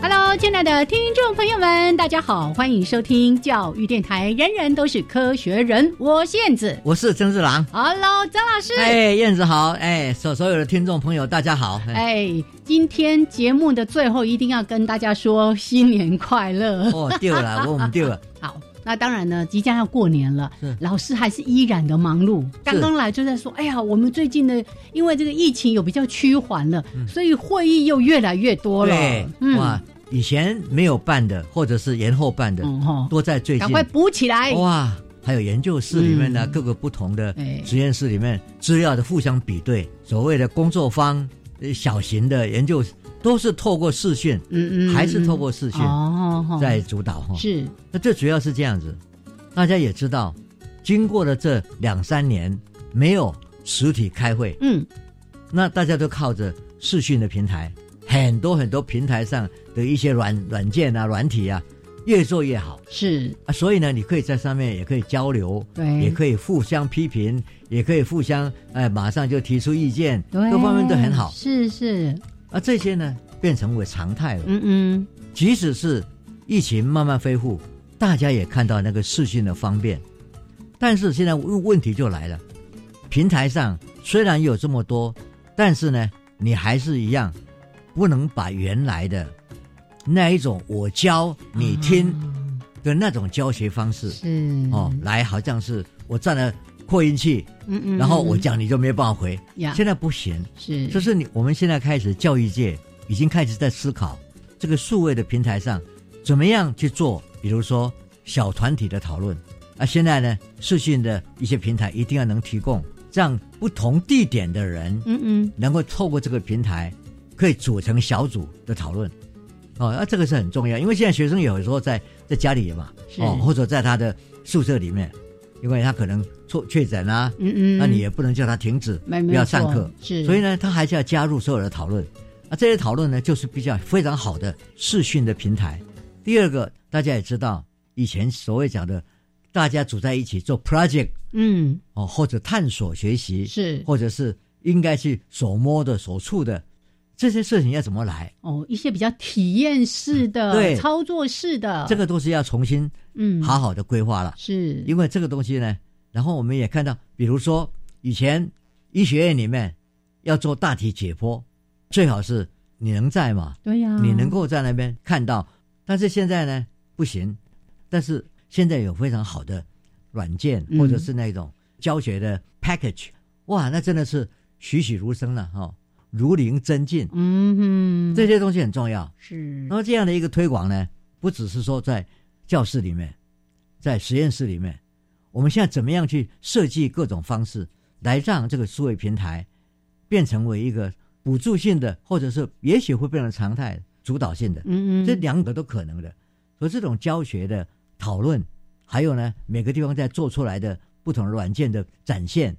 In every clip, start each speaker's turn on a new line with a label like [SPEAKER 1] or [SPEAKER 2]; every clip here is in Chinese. [SPEAKER 1] Hello，亲爱的听众朋友们，大家好，欢迎收听教育电台《人人都是科学人》，我是燕子。
[SPEAKER 2] 我是曾志郎。
[SPEAKER 1] Hello，张老师。
[SPEAKER 2] 哎，燕子好，哎，所所有的听众朋友，大家好。哎，
[SPEAKER 1] 哎，今天节目的最后一定要跟大家说新年快乐。
[SPEAKER 2] 哦，丢了，我们丢 了。
[SPEAKER 1] 好，那当然呢，即将要过年了
[SPEAKER 2] 是，
[SPEAKER 1] 老师还是依然的忙碌。刚刚来就在说，哎呀，我们最近的因为这个疫情有比较趋缓了，所以会议又越来越多了。
[SPEAKER 2] 嗯
[SPEAKER 1] 嗯
[SPEAKER 2] 对，哇，以前没有办的，或者是延后办的，
[SPEAKER 1] 嗯吼，
[SPEAKER 2] 都在最近
[SPEAKER 1] 赶。快补起来。
[SPEAKER 2] 哇，还有研究室里面呢，
[SPEAKER 1] 嗯
[SPEAKER 2] 各个不同的
[SPEAKER 1] 哎
[SPEAKER 2] 实验室里面资料的互相比对，所谓的工作坊、呃小型的研究都是透过视讯，
[SPEAKER 1] 嗯
[SPEAKER 2] 还是透过视讯
[SPEAKER 1] 哦，哦
[SPEAKER 2] 在主导哈。
[SPEAKER 1] 是
[SPEAKER 2] 那最主要是这样子，大家也知道，经过了这两三年没有实体开会，
[SPEAKER 1] 嗯
[SPEAKER 2] 那大家都靠着视讯的平台，很多很多平台上的一些软软件啊、软体啊，越做越好
[SPEAKER 1] 是
[SPEAKER 2] 啊。所以呢，你可以在上面也可以交流，
[SPEAKER 1] 对
[SPEAKER 2] 也可以互相批评，也可以互相哎马上就提出意见，
[SPEAKER 1] 对，
[SPEAKER 2] 各方面都很好
[SPEAKER 1] 是是
[SPEAKER 2] 啊。这些呢变成为常态了。
[SPEAKER 1] 嗯嗯
[SPEAKER 2] 即使是疫情慢慢恢复，大家也看到那个视讯的方便，但是现在问问题就来了，平台上虽然有这么多，但是呢，你还是一样不能把原来的那一种我教你听的那种教学方式、
[SPEAKER 1] 嗯是
[SPEAKER 2] 哦，来好像是我占了扩音器，
[SPEAKER 1] 嗯嗯，啊
[SPEAKER 2] 然后我
[SPEAKER 1] 嗯
[SPEAKER 2] 讲你就没办法回，
[SPEAKER 1] 呀
[SPEAKER 2] 现在不行，
[SPEAKER 1] 是
[SPEAKER 2] 就是你我们现在开始，教育界已经开始在思考这个数位的平台上怎么样去做，比如说小团体的讨论啊。现在呢，视讯的一些平台一定要能提供，让不同地点的人
[SPEAKER 1] 嗯嗯
[SPEAKER 2] 能够透过这个平台，可以组成小组的讨论。哦，那、这个是很重要，因为现在学生有时候在在家里嘛，
[SPEAKER 1] 是
[SPEAKER 2] 哦，或者在他的宿舍里面，因为他可能错确诊啊，
[SPEAKER 1] 嗯嗯，
[SPEAKER 2] 那你也不能叫他停止，
[SPEAKER 1] 没
[SPEAKER 2] 不
[SPEAKER 1] 没
[SPEAKER 2] 要
[SPEAKER 1] 有
[SPEAKER 2] 上
[SPEAKER 1] 错
[SPEAKER 2] 课，
[SPEAKER 1] 是
[SPEAKER 2] 所以呢，他还是要加入所有的讨论。啊，这些讨论呢，就是比较非常好的视讯的平台。第二个，大家也知道，以前所谓讲的，大家组在一起做 project
[SPEAKER 1] 嗯
[SPEAKER 2] 哦，或者探索学习，
[SPEAKER 1] 是
[SPEAKER 2] 或者是应该去手摸的、手触的这些事情要怎么来？
[SPEAKER 1] 哦一些比较体验式的
[SPEAKER 2] 对
[SPEAKER 1] 操作式的
[SPEAKER 2] 这个都是要重新
[SPEAKER 1] 啊嗯
[SPEAKER 2] 好好的规划了。
[SPEAKER 1] 是
[SPEAKER 2] 因为这个东西呢，然后我们也看到，比如说以前医学院里面要做大体解剖，最好是你能在嘛，
[SPEAKER 1] 对呀
[SPEAKER 2] 你能够在那边看到，但是现在呢不行，但是现在有非常好的软件
[SPEAKER 1] 嗯
[SPEAKER 2] 或者是那种教学的 package，、哇，那真的是栩栩如生了哈、哦，如临真境，
[SPEAKER 1] 嗯哼
[SPEAKER 2] 这些东西很重要。
[SPEAKER 1] 是
[SPEAKER 2] 然后这样的一个推广呢，不只是说在教室里面，在实验室里面，我们现在怎么样去设计各种方式，来让这个数位平台变成为一个辅助性的，或者是也许会变成常态主导性的，
[SPEAKER 1] 嗯嗯
[SPEAKER 2] 这两个都可能的。所以这种教学的讨论，还有呢，每个地方在做出来的不同软件的展现，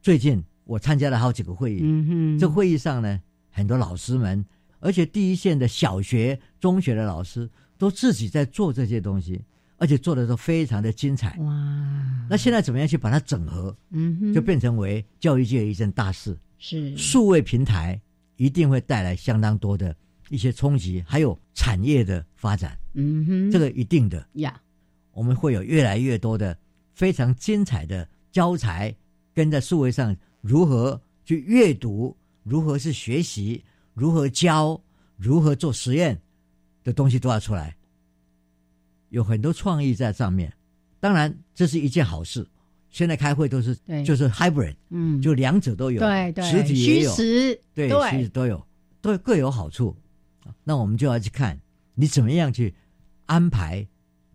[SPEAKER 2] 最近我参加了好几个会议，
[SPEAKER 1] 嗯哼
[SPEAKER 2] 这会议上呢，很多老师们，而且第一线的小学、中学的老师都自己在做这些东西，而且做的都非常的精彩。
[SPEAKER 1] 哇
[SPEAKER 2] 那现在怎么样去把它整合，
[SPEAKER 1] 嗯哼
[SPEAKER 2] 就变成为教育界的一件大事。
[SPEAKER 1] 是
[SPEAKER 2] 数位平台一定会带来相当多的一些冲击，还有产业的发展，
[SPEAKER 1] 嗯哼
[SPEAKER 2] 这个一定的，
[SPEAKER 1] 呀
[SPEAKER 2] 我们会有越来越多的非常精彩的教材，跟在数位上如何去阅读，如何是学习，如何教，如何做实验的东西都要出来。有很多创意在上面。当然，这是一件好事。现在开会都是
[SPEAKER 1] 对
[SPEAKER 2] 就是 hybrid，
[SPEAKER 1] 嗯，
[SPEAKER 2] 就两者都有，
[SPEAKER 1] 对对，
[SPEAKER 2] 实体也
[SPEAKER 1] 虚
[SPEAKER 2] 有，
[SPEAKER 1] 实，
[SPEAKER 2] 对，
[SPEAKER 1] 对
[SPEAKER 2] 其实都有，都各有好处。啊那我们就要去看你怎么样去安排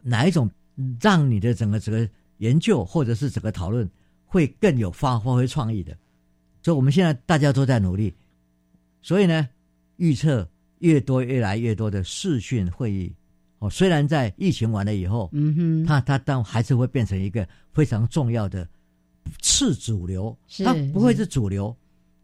[SPEAKER 2] 哪一种，让你的整个整个研究或者是整个讨论会更有发发挥创意的。所以我们现在大家都在努力，所以呢，预测越多越来越多的视讯会议哦，虽然在疫情完了以后，
[SPEAKER 1] 嗯哼，
[SPEAKER 2] 它它当还是会变成一个非常重要的次主流，
[SPEAKER 1] 是
[SPEAKER 2] 它不会是主流，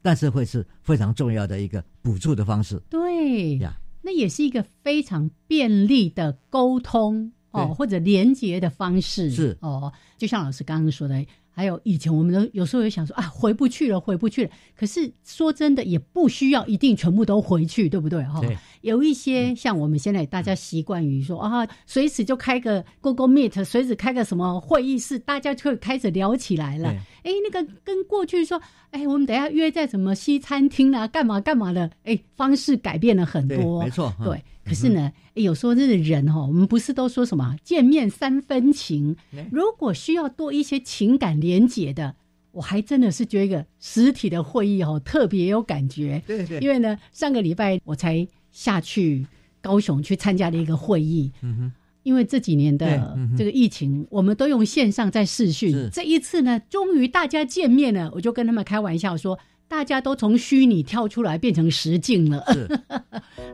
[SPEAKER 2] 但是会是非常重要的一个补助的方式。
[SPEAKER 1] 对
[SPEAKER 2] 呀
[SPEAKER 1] 那也是一个非常便利的沟通哦，
[SPEAKER 2] 对
[SPEAKER 1] 或者连接的方式
[SPEAKER 2] 是
[SPEAKER 1] 哦，就像老师刚刚说的。还有以前我们都有时候也想说啊，回不去了，回不去了。可是说真的，也不需要一定全部都回去，对不对？哈、
[SPEAKER 2] 对嗯
[SPEAKER 1] 有一些像我们现在大家习惯于说、啊，随时就开个 Google Meet，随时开个什么会议室，大家就开始聊起来了。哎，
[SPEAKER 2] 对
[SPEAKER 1] 那个跟过去说，哎，我们等一下约在什么西餐厅啦、干嘛干嘛的，哎，方式改变了很
[SPEAKER 2] 对，
[SPEAKER 1] 多，
[SPEAKER 2] 没错，嗯
[SPEAKER 1] 对，可是呢，诶有时候这个人哈、哦，我们不是都说什么啊见面三分情
[SPEAKER 2] 对？
[SPEAKER 1] 如果需要多一些情感连结的，我还真的是觉得一个实体的会议哦，特别有感觉。
[SPEAKER 2] 对对，
[SPEAKER 1] 因为呢，上个礼拜我才下去高雄去参加了一个会议，
[SPEAKER 2] 嗯 哼，
[SPEAKER 1] 因为这几年
[SPEAKER 2] 对
[SPEAKER 1] 的
[SPEAKER 2] 嗯哼
[SPEAKER 1] 这个疫情，我们都用线上在视
[SPEAKER 2] 是
[SPEAKER 1] 讯。这一次呢，终于大家见面了，我就跟他们开玩笑说，大家都从虚拟跳出来变成实境了。
[SPEAKER 2] 是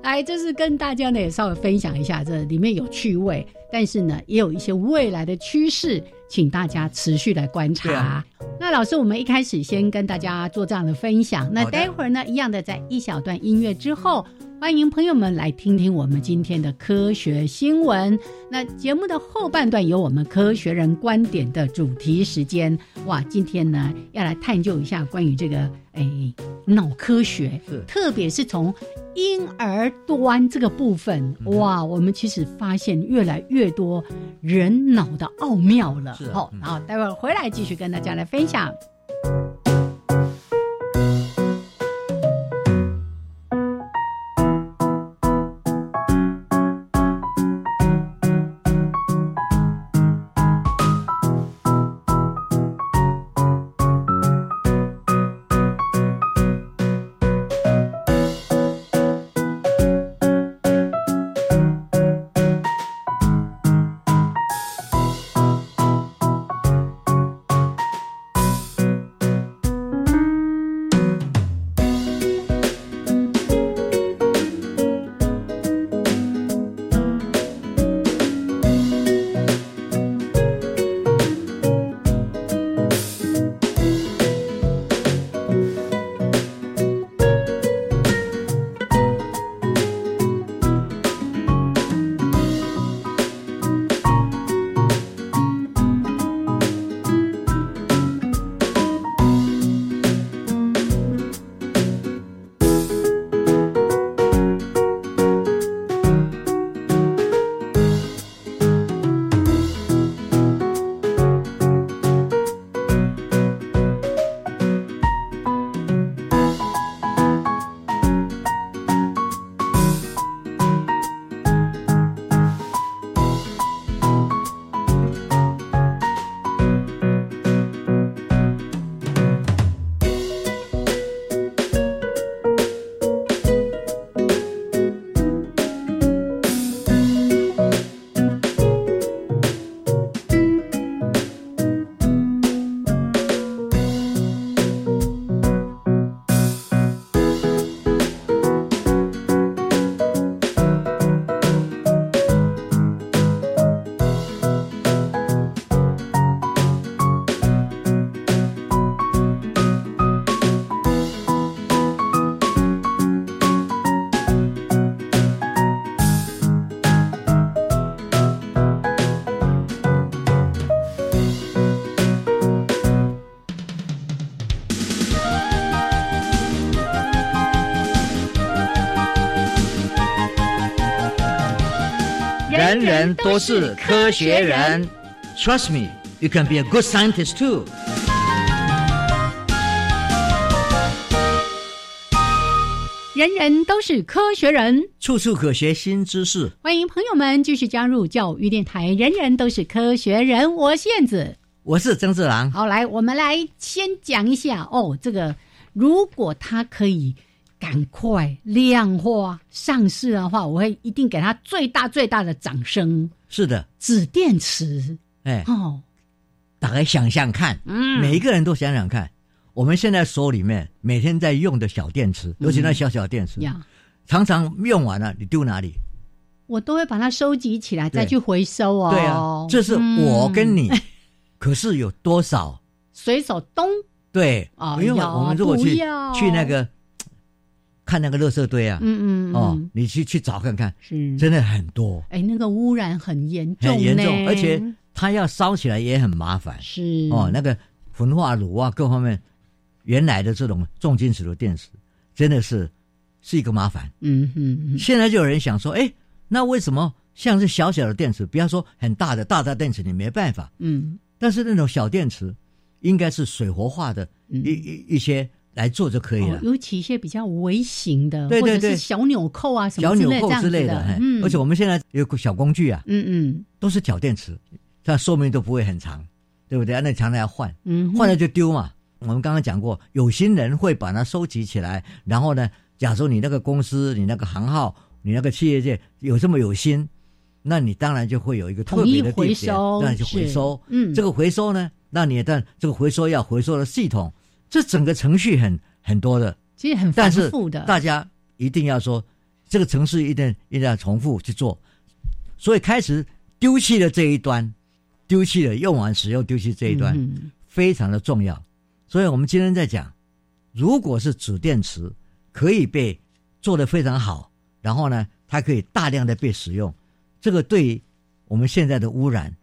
[SPEAKER 1] 来，就是跟大家呢也稍微分享一下，这里面有趣味，但是呢也有一些未来的趋势，请大家持续来观察。
[SPEAKER 2] 对啊
[SPEAKER 1] 那老师，我们一开始先跟大家做这样的分享，那
[SPEAKER 2] 好的
[SPEAKER 1] 待会儿呢，一样的在一小段音乐之后。欢迎朋友们来听听我们今天的科学新闻。那节目的后半段有我们科学人观点的主题时间。哇，今天呢要来探究一下关于这个哎诶脑科学，
[SPEAKER 2] 是
[SPEAKER 1] 特别是从婴儿端这个部分，
[SPEAKER 2] 嗯
[SPEAKER 1] 哇，我们其实发现越来越多人脑的奥妙了。
[SPEAKER 2] 是啊
[SPEAKER 1] 好，
[SPEAKER 2] 嗯
[SPEAKER 1] 然后待会儿回来继续跟大家来分享。
[SPEAKER 2] 人人都是科学人，Trust me, you can be a good scientist too。
[SPEAKER 1] 人人都是科学人。
[SPEAKER 2] 处处可学新知识。
[SPEAKER 1] 欢迎朋友们继续加入教育电台，人人都是科学人，我是燕子。
[SPEAKER 2] 我是曾志郎，
[SPEAKER 1] 好，来，我们来先讲一下哦，这个如果它可以赶快量化上市的话，我会一定给它最大最大的掌声。
[SPEAKER 2] 是的，
[SPEAKER 1] 纸电池
[SPEAKER 2] 哎，
[SPEAKER 1] 哦，
[SPEAKER 2] 大家想想看，
[SPEAKER 1] 嗯
[SPEAKER 2] 每一个人都想想看，我们现在手里面每天在用的小电池，尤其那小小电池，
[SPEAKER 1] 嗯呀，
[SPEAKER 2] 常常用完了你丢哪里？
[SPEAKER 1] 我都会把它收集起来再
[SPEAKER 2] 对
[SPEAKER 1] 去回收哦。
[SPEAKER 2] 对啊，这是我跟
[SPEAKER 1] 嗯
[SPEAKER 2] 你，可是有多少？
[SPEAKER 1] 随手咚，
[SPEAKER 2] 对，
[SPEAKER 1] 哎
[SPEAKER 2] 因为
[SPEAKER 1] 呀
[SPEAKER 2] 我们如果
[SPEAKER 1] 不
[SPEAKER 2] 去
[SPEAKER 1] 要
[SPEAKER 2] 去那个看那个垃圾堆啊，
[SPEAKER 1] 嗯嗯，
[SPEAKER 2] 哦
[SPEAKER 1] 嗯，
[SPEAKER 2] 你去去找看看，
[SPEAKER 1] 是，
[SPEAKER 2] 真的很多，
[SPEAKER 1] 哎，那个污染很严重呢，嗯
[SPEAKER 2] 很严重，而且它要烧起来也很麻烦。
[SPEAKER 1] 是
[SPEAKER 2] 哦，那个焚化炉啊，各方面，原来的这种重金属的电池，真的是是一个麻烦。
[SPEAKER 1] 嗯嗯嗯，
[SPEAKER 2] 现在就有人想说，哎，那为什么像是小小的电池，不要说很大的大的电池，你没办法，
[SPEAKER 1] 嗯
[SPEAKER 2] 但是那种小电池，应该是水活化的
[SPEAKER 1] 嗯
[SPEAKER 2] 一一一些来做就可以
[SPEAKER 1] 哦
[SPEAKER 2] 了，，
[SPEAKER 1] 尤其一些比较微型的，
[SPEAKER 2] 哎对对
[SPEAKER 1] 或者
[SPEAKER 2] 对
[SPEAKER 1] 是小纽扣啊什么
[SPEAKER 2] 小纽扣
[SPEAKER 1] 之
[SPEAKER 2] 之
[SPEAKER 1] 类
[SPEAKER 2] 类
[SPEAKER 1] 这
[SPEAKER 2] 的。
[SPEAKER 1] 样子
[SPEAKER 2] 哎
[SPEAKER 1] 嗯，
[SPEAKER 2] 而且我们现在有个小工具啊，
[SPEAKER 1] 嗯嗯
[SPEAKER 2] 都是小电池，它寿命都不会很长，对不对？啊那常常要换。
[SPEAKER 1] 嗯，
[SPEAKER 2] 换了就丢嘛。我们刚刚讲过，有心人会把它收集起来，然后呢，假如你那个公司、你那个行号、你那个企业界有这么有心，那你当然就会有一个特
[SPEAKER 1] 统
[SPEAKER 2] 别
[SPEAKER 1] 一
[SPEAKER 2] 的
[SPEAKER 1] 回
[SPEAKER 2] 地点，
[SPEAKER 1] 收，
[SPEAKER 2] 那就回
[SPEAKER 1] 是
[SPEAKER 2] 收。
[SPEAKER 1] 嗯，
[SPEAKER 2] 这
[SPEAKER 1] 个
[SPEAKER 2] 个回收呢，那你但这个回收要回收的系统，这整个程序很很多的，
[SPEAKER 1] 其实很繁
[SPEAKER 2] 但是
[SPEAKER 1] 复的，
[SPEAKER 2] 大家一定要说这个程序一定一定要重复去做，所以开始丢弃的这一端，丢弃了用完使用丢弃这一端，
[SPEAKER 1] 嗯
[SPEAKER 2] 非常的重要。所以我们今天在讲，如果是纸电池可以被做得非常好，然后呢，它可以大量的被使用，这个对于我们现在的污染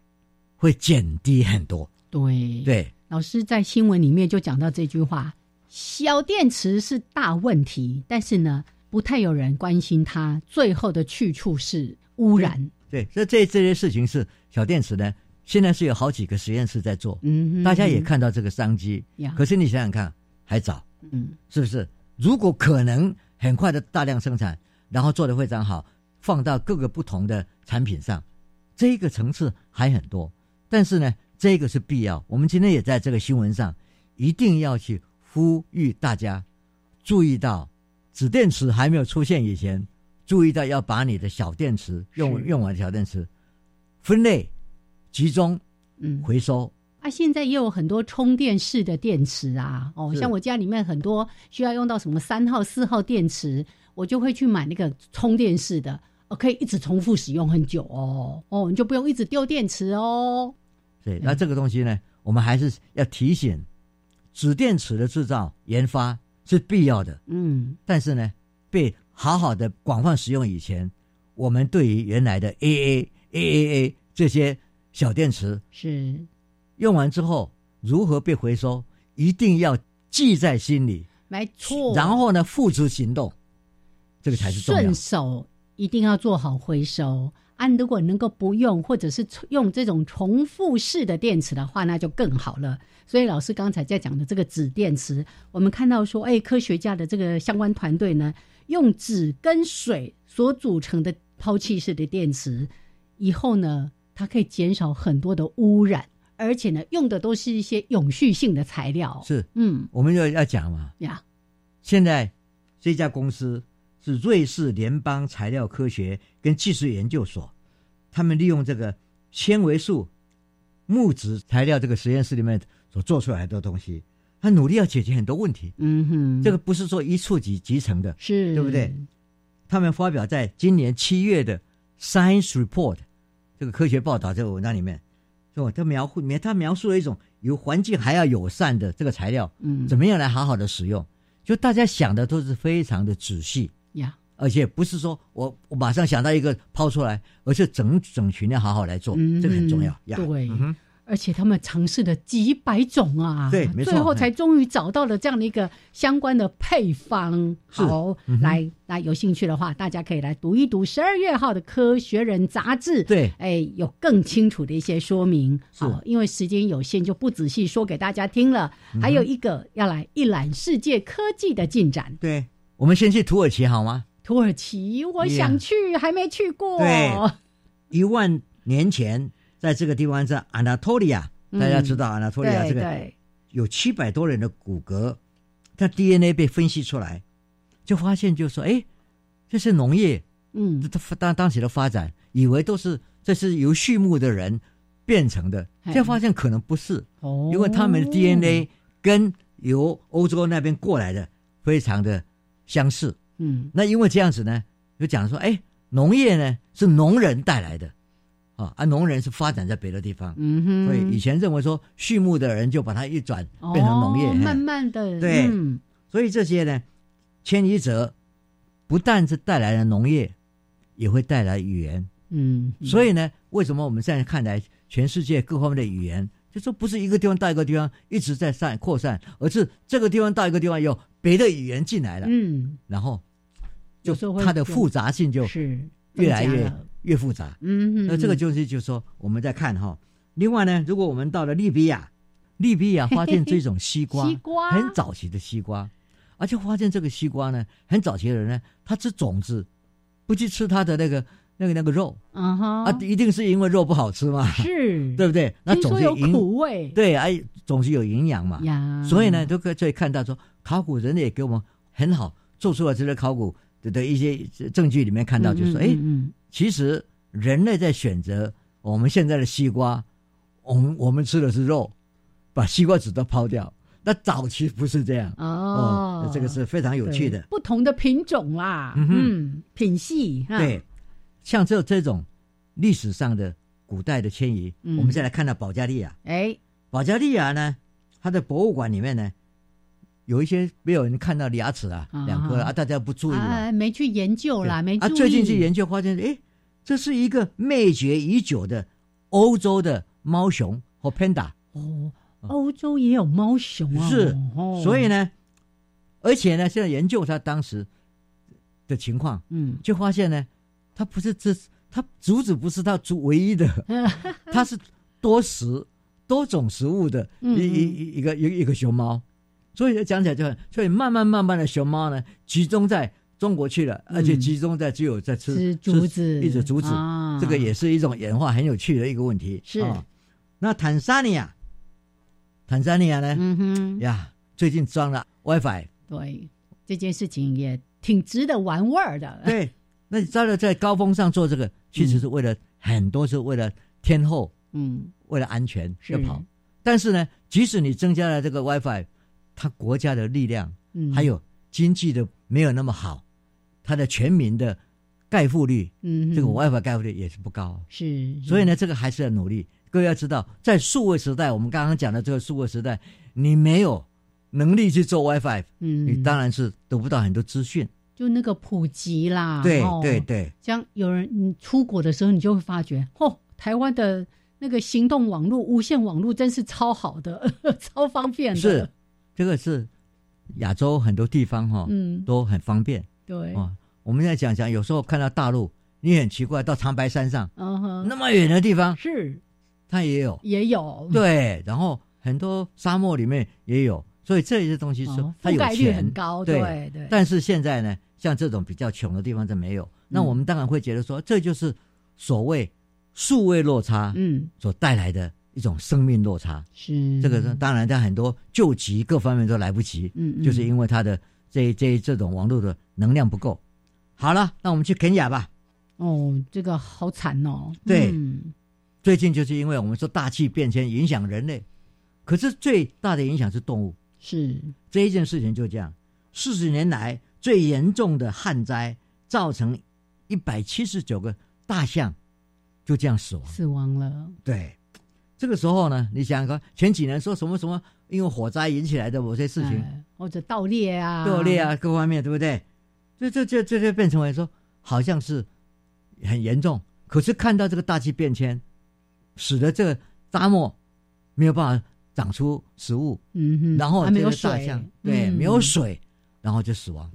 [SPEAKER 2] 会减低很多。
[SPEAKER 1] 对。
[SPEAKER 2] 对，
[SPEAKER 1] 老师在新闻里面就讲到这句话：小电池是大问题，但是呢，不太有人关心它最后的去处是污染。
[SPEAKER 2] 对，所以这这些事情是小电池呢，现在是有好几个实验室在做，
[SPEAKER 1] 嗯哼，嗯
[SPEAKER 2] 大家也看到这个商机。
[SPEAKER 1] 呀，
[SPEAKER 2] 可是你想想看，还早，
[SPEAKER 1] 嗯
[SPEAKER 2] 是不是？如果可能很快的大量生产，然后做得非常好，放到各个不同的产品上，这个层次还很多。但是呢，这个是必要。我们今天也在这个新闻上，一定要去呼吁大家注意到，纸电池还没有出现以前，注意到要把你的小电池用
[SPEAKER 1] 是
[SPEAKER 2] 用完的小电池分类、集中、
[SPEAKER 1] 嗯，
[SPEAKER 2] 回收。
[SPEAKER 1] 啊，现在也有很多充电式的电池啊，哦，
[SPEAKER 2] 是
[SPEAKER 1] 像我家里面很多需要用到什么三号、四号电池，我就会去买那个充电式的，哦，可以一直重复使用很久哦，哦，你就不用一直丢电池哦，
[SPEAKER 2] 对，
[SPEAKER 1] 嗯
[SPEAKER 2] 那这个东西呢，我们还是要提醒，纸电池的制造研发是必要的，
[SPEAKER 1] 嗯，
[SPEAKER 2] 但是呢，被好好的广泛使用以前，我们对于原来的 AA、AAA 这些小电池
[SPEAKER 1] 是
[SPEAKER 2] 用完之后如何被回收，一定要记在心里，
[SPEAKER 1] 没错，
[SPEAKER 2] 然后呢，付诸行动，这个才是重要
[SPEAKER 1] 哦顺。手一定要做好回收。啊，如果能够不用，或者是用这种重复式的电池的话，那就更好了。所以老师刚才在讲的这个纸电池，我们看到说，哎，科学家的这个相关团队呢，用纸跟水所组成的抛弃式的电池，以后呢，它可以减少很多的污染，而且呢，用的都是一些永续性的材料。
[SPEAKER 2] 是，
[SPEAKER 1] 嗯
[SPEAKER 2] 我们要要讲嘛，
[SPEAKER 1] 呀，
[SPEAKER 2] 现在这家公司是瑞士联邦材料科学跟技术研究所，他们利用这个纤维素木质材料这个实验室里面所做出来的东西，他努力要解决很多问题。
[SPEAKER 1] 嗯哼，
[SPEAKER 2] 这个不是说一触即即成的。
[SPEAKER 1] 是
[SPEAKER 2] 对不对？他们发表在今年七月的《Science Report》这个科学报道这个文章里面，说他描绘，他描述了一种由环境还要友善的这个材料，
[SPEAKER 1] 嗯，
[SPEAKER 2] 怎么样来好好的使用？就大家想的都是非常的仔细，
[SPEAKER 1] 呀？
[SPEAKER 2] 而且不是说我我马上想到一个抛出来，而是整整群的好好来做，
[SPEAKER 1] 嗯，
[SPEAKER 2] 这个很重要呀。
[SPEAKER 1] 对，
[SPEAKER 2] 嗯哼
[SPEAKER 1] 而且他们尝试了几百种啊，
[SPEAKER 2] 对没错嗯
[SPEAKER 1] 最后才终于找到了这样的一个相关的配方。
[SPEAKER 2] 是嗯
[SPEAKER 1] 好，来，那有兴趣的话，大家可以来读一读十二月号的《科学人》杂志。。
[SPEAKER 2] 对，
[SPEAKER 1] 哎，有更清楚的一些说明。
[SPEAKER 2] 是
[SPEAKER 1] 好，因为时间有限，就不仔细
[SPEAKER 2] 嗯
[SPEAKER 1] 说给大家听了。还有一个要来一览世界科技的进展。
[SPEAKER 2] 对，我们先去土耳其好吗？
[SPEAKER 1] 土耳其，我
[SPEAKER 2] Yeah
[SPEAKER 1] 想去还没去过。
[SPEAKER 2] 对一万年前，在这个地方叫安纳托利亚，
[SPEAKER 1] 嗯
[SPEAKER 2] 大家知道安纳托利亚
[SPEAKER 1] 对
[SPEAKER 2] 这个
[SPEAKER 1] 对，
[SPEAKER 2] 有七百多人的骨骼，它 DNA 被分析出来，就发现就说，哎，这是农业，
[SPEAKER 1] 嗯，
[SPEAKER 2] 它当当时的发展，以为都是这是由畜牧的人变成的，
[SPEAKER 1] 嘿
[SPEAKER 2] 就发现可能不是，
[SPEAKER 1] 哦，
[SPEAKER 2] 因为他们的 DNA 跟由欧洲那边过来的非常的相似。
[SPEAKER 1] 嗯
[SPEAKER 2] 那因为这样子呢，就讲说，哎，农业呢是农人带来的，啊啊，农人是发展在别的地方，
[SPEAKER 1] 嗯哼，
[SPEAKER 2] 所以以前认为说畜牧的人就把它一转变成农业，
[SPEAKER 1] 哦
[SPEAKER 2] 嘿
[SPEAKER 1] 慢慢的，
[SPEAKER 2] 对
[SPEAKER 1] 嗯
[SPEAKER 2] 所以这些呢，迁移者不但是带来了农业，也会带来语言。
[SPEAKER 1] 嗯，
[SPEAKER 2] 所以呢，为什么我们现在看来，全世界各方面的语言，就说不是一个地方到一个地方一直在散扩散，而是这个地方到一个地方有别的语言进来了，
[SPEAKER 1] 嗯，
[SPEAKER 2] 然后就
[SPEAKER 1] 有时候会
[SPEAKER 2] 它的复杂性就是越来
[SPEAKER 1] 增加
[SPEAKER 2] 越
[SPEAKER 1] 了
[SPEAKER 2] 越复杂。
[SPEAKER 1] 嗯哼，
[SPEAKER 2] 那这个就是就是说我们在看哈。另外呢，如果我们到了利比亚，利比亚发现这种西 瓜，
[SPEAKER 1] 西瓜
[SPEAKER 2] 很早期的西瓜，而且发现这个西瓜呢，很早期的人呢，他吃种子，不去吃它的那个那个那个肉、
[SPEAKER 1] 啊哈
[SPEAKER 2] 啊，一定是因为肉不好吃嘛，
[SPEAKER 1] 是，
[SPEAKER 2] 对不对？那
[SPEAKER 1] 听
[SPEAKER 2] 种
[SPEAKER 1] 说
[SPEAKER 2] 子
[SPEAKER 1] 有
[SPEAKER 2] 营
[SPEAKER 1] 苦味，
[SPEAKER 2] 对，哎，种子有营养嘛，
[SPEAKER 1] 呀，
[SPEAKER 2] 所以呢，都可以可以看到说，考古人也给我们很好做出了这个考古的的一些证据里面看到，就是说，哎、
[SPEAKER 1] 嗯嗯
[SPEAKER 2] 其实人类在选择我们现在的西瓜，我们我们吃的是肉，把西瓜籽都抛掉。那早期不是这样
[SPEAKER 1] 嗯哦，
[SPEAKER 2] 那这个是非常有趣的
[SPEAKER 1] 对。不同的品种啦，
[SPEAKER 2] 嗯哼
[SPEAKER 1] 嗯，品系，哈
[SPEAKER 2] 对，像这这种历史上的古代的迁移，
[SPEAKER 1] 嗯
[SPEAKER 2] 我们再来看到保加利亚。
[SPEAKER 1] 哎，
[SPEAKER 2] 保加利亚啊呢，它的博物馆里面呢，有一些没有人看到的牙齿啊，
[SPEAKER 1] 啊
[SPEAKER 2] 两颗啊，大家不注意嘛。
[SPEAKER 1] 啊，没去研究啦，
[SPEAKER 2] 对
[SPEAKER 1] 没注
[SPEAKER 2] 啊，
[SPEAKER 1] 意，
[SPEAKER 2] 最近去研究发现，哎，这是一个灭绝已久的欧洲的猫熊和 panda，、
[SPEAKER 1] 哦，欧洲也有猫熊啊，
[SPEAKER 2] 是
[SPEAKER 1] 哦
[SPEAKER 2] 所以，呢，而且呢，现在研究它当时的情况，
[SPEAKER 1] 嗯，
[SPEAKER 2] 就发现呢，它不是这，它竹子不是它竹唯一 的，它是多食多种食物的一
[SPEAKER 1] 嗯嗯
[SPEAKER 2] 一一一个一个一个熊猫，所以讲起来就很，所以慢慢慢慢的熊猫呢集中在中国去了，而且
[SPEAKER 1] 嗯
[SPEAKER 2] 集中在只有在吃
[SPEAKER 1] 吃竹子，
[SPEAKER 2] 一直竹子，
[SPEAKER 1] 啊
[SPEAKER 2] 这个也是一种演化很有趣的一个问题。
[SPEAKER 1] 是
[SPEAKER 2] 啊那坦桑尼亚，坦桑尼亚呢？
[SPEAKER 1] 嗯哼，
[SPEAKER 2] 呀，最近装了 WiFi，
[SPEAKER 1] 对，这件事情也挺值得玩味儿 的，
[SPEAKER 2] 对，那你知道在高峰上做这个，其实是为了、很多是为了天后，
[SPEAKER 1] 嗯，
[SPEAKER 2] 为了安全
[SPEAKER 1] 是
[SPEAKER 2] 要跑。但是呢，即使你增加了这个 WiFi，它国家的力量
[SPEAKER 1] 嗯，
[SPEAKER 2] 还，有经济的没有那么好，它的全民的盖覆率，
[SPEAKER 1] 嗯哼，嗯
[SPEAKER 2] 这个 WiFi 盖覆率也是不高。
[SPEAKER 1] 是，
[SPEAKER 2] 所以呢，这个还是要努力。各位要知道，在数位时代，我们刚刚讲的这个数位时代，你没有能力去做 WiFi，
[SPEAKER 1] 嗯，
[SPEAKER 2] 你当然是得不到很多资讯。
[SPEAKER 1] 就那个普及啦，
[SPEAKER 2] 对
[SPEAKER 1] 哦
[SPEAKER 2] 对，对，
[SPEAKER 1] 像有人你出国的时候，你就会发觉，哦，台湾的那个行动网络、无线网络真是超好的， 超方便的，
[SPEAKER 2] 是，这个是亚洲很多地方哈、
[SPEAKER 1] 嗯，
[SPEAKER 2] 都很方便
[SPEAKER 1] 对，
[SPEAKER 2] 哦。我们在讲讲，有时候看到大陆，你很奇怪，到长白山上
[SPEAKER 1] 嗯哼，
[SPEAKER 2] 那么远的地方，
[SPEAKER 1] 是
[SPEAKER 2] 它也有
[SPEAKER 1] 也有，哦
[SPEAKER 2] 对，然后很多沙漠里面也有，所以这些东西是
[SPEAKER 1] 哦，
[SPEAKER 2] 它
[SPEAKER 1] 覆
[SPEAKER 2] 有
[SPEAKER 1] 盖率
[SPEAKER 2] 钱
[SPEAKER 1] 很高，
[SPEAKER 2] 对
[SPEAKER 1] 对对，
[SPEAKER 2] 但是现在呢，像这种比较穷的地方就
[SPEAKER 1] 嗯
[SPEAKER 2] 没有。那我们当然会觉得说，这就是所谓数位落差
[SPEAKER 1] 嗯，
[SPEAKER 2] 所带来的一种生命落差。
[SPEAKER 1] 是
[SPEAKER 2] 这个
[SPEAKER 1] 嗯
[SPEAKER 2] 是当然，在很多救急各方面都来不及，
[SPEAKER 1] 嗯，嗯
[SPEAKER 2] 就是因为它的这这这种网络的能量不够。好了，那我们去肯雅吧。
[SPEAKER 1] 哦，这个好惨哦，
[SPEAKER 2] 对
[SPEAKER 1] 嗯
[SPEAKER 2] 最近就是因为我们说大气变迁影响人类，可是最大的影响是动物。
[SPEAKER 1] 是，
[SPEAKER 2] 这一件事情就这样，四十年来最严重的旱灾造成一百七十九个大象就这样死亡。
[SPEAKER 1] 死亡了，
[SPEAKER 2] 对，这个时候呢，你想想看，前几年说什么什么因为火灾引起来的某些事情，
[SPEAKER 1] 哎或者盗猎啊，
[SPEAKER 2] 狩猎，啊各方面，对不对？这这这这就变成为说好像是很严重，可是看到这个大气变迁，使得这个沙漠没有办法长出食物，
[SPEAKER 1] 嗯哼，
[SPEAKER 2] 然后
[SPEAKER 1] 还没
[SPEAKER 2] 这
[SPEAKER 1] 有
[SPEAKER 2] 个大
[SPEAKER 1] 水
[SPEAKER 2] 象，对，没有，水，然后就死亡。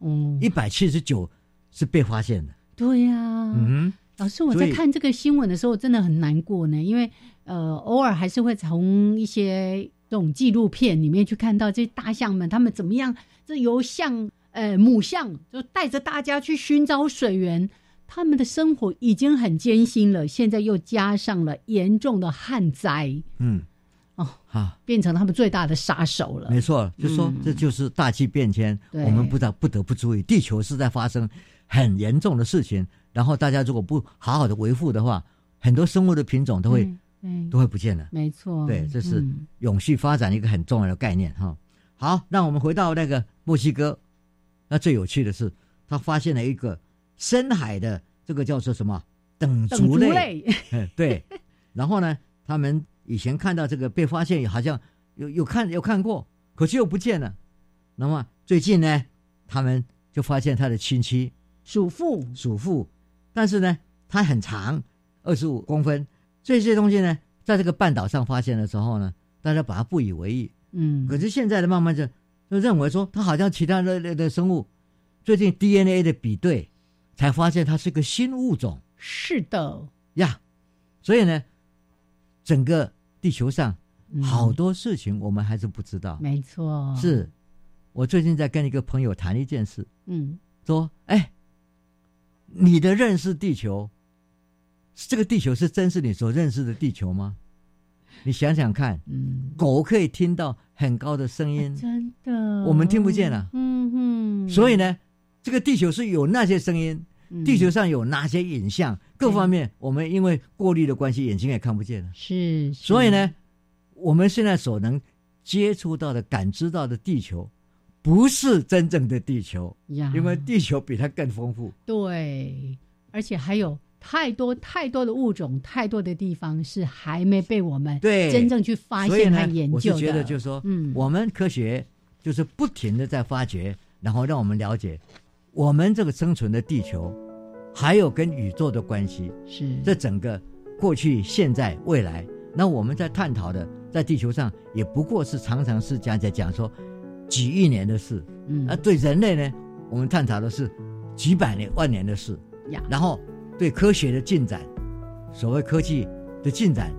[SPEAKER 1] 嗯，
[SPEAKER 2] 一百七十九是被发现的。
[SPEAKER 1] 对呀、
[SPEAKER 2] 嗯
[SPEAKER 1] 老师，我
[SPEAKER 2] 所
[SPEAKER 1] 在
[SPEAKER 2] 以
[SPEAKER 1] 看这个新闻的时候真的很难过呢，因为呃，偶尔还是会从一些这种纪录片里面去看到这些大象们，他们怎么样，这由象呃母象，就带着大家去寻找水源。他们的生活已经很艰辛了，现在又加上了严重的旱灾，
[SPEAKER 2] 嗯，
[SPEAKER 1] 哦，
[SPEAKER 2] 好，
[SPEAKER 1] 变成他们最大的杀手了。
[SPEAKER 2] 没错，就说
[SPEAKER 1] 嗯
[SPEAKER 2] 这就是大气变迁，
[SPEAKER 1] 对
[SPEAKER 2] 我们不得不得不注意，地球是在发生很严重的事情，然后大家如果不好好的维护的话，很多生物的品种都会、
[SPEAKER 1] 嗯，对，
[SPEAKER 2] 都会不见了。
[SPEAKER 1] 没错，
[SPEAKER 2] 对这是
[SPEAKER 1] 嗯
[SPEAKER 2] 永续发展一个很重要的概念哈。好，那我们回到那个墨西哥，那最有趣的是，他发现了一个深海的这个叫做什么等
[SPEAKER 1] 等
[SPEAKER 2] 足
[SPEAKER 1] 足
[SPEAKER 2] 类，
[SPEAKER 1] 类，
[SPEAKER 2] 嗯对。然后呢，他们以前看到这个被发现，好像有有看有看过，可是又不见了。那么最近呢，他们就发现他的亲戚
[SPEAKER 1] 鼠妇，
[SPEAKER 2] 鼠妇，但是呢，它很长，二十五公分，所以这些东西呢，在这个半岛上发现的时候呢，大家把它不以为意。
[SPEAKER 1] 嗯，
[SPEAKER 2] 可是现在的慢慢就就认为说，它好像其他的的的生物，最近 DNA 的比对才发现它是个新物种
[SPEAKER 1] 是的，
[SPEAKER 2] 呀。所以呢，整个地球上
[SPEAKER 1] 嗯
[SPEAKER 2] 好，多事情我们还是不知道。
[SPEAKER 1] 没错，，
[SPEAKER 2] 是我最近在跟一个朋友谈一件事，
[SPEAKER 1] 嗯，
[SPEAKER 2] 说：“哎，你的认识地球，这个地球是真是你所认识的地球吗？你想想看，
[SPEAKER 1] 嗯，啊
[SPEAKER 2] 狗可以听到很高的声音，
[SPEAKER 1] 真的，
[SPEAKER 2] 我们听不见啊
[SPEAKER 1] 嗯嗯，
[SPEAKER 2] 所以呢，这个地球是有那些声音，
[SPEAKER 1] 嗯
[SPEAKER 2] 地球上有哪些影像，各方面我们因为过滤的关系，眼睛也看不见了。
[SPEAKER 1] 是，是
[SPEAKER 2] 所以，呢，我们现在所能接触到的、感知到的地球，不是真正的地球，
[SPEAKER 1] 呀
[SPEAKER 2] 因为地球比它更丰富。
[SPEAKER 1] 对，而且还有太多太多的物种，太多的地方是还没被我们
[SPEAKER 2] 对
[SPEAKER 1] 真正去发
[SPEAKER 2] 所以
[SPEAKER 1] 现
[SPEAKER 2] 呢
[SPEAKER 1] 和研
[SPEAKER 2] 我
[SPEAKER 1] 究的。
[SPEAKER 2] 是觉得就是说，
[SPEAKER 1] 嗯
[SPEAKER 2] 我们科学就是不停的在发掘，然后让我们了解我们这个生存的地球，还有跟宇宙的关系，
[SPEAKER 1] 是
[SPEAKER 2] 这整个过去、现在、未来。那我们在探讨的，在地球上也不过是常常是讲讲讲说几亿年的事，
[SPEAKER 1] 嗯
[SPEAKER 2] 那对人类呢，我们探讨的是几百年、万年的事。
[SPEAKER 1] 呀
[SPEAKER 2] 然后对科学的进展，所谓科技的进展，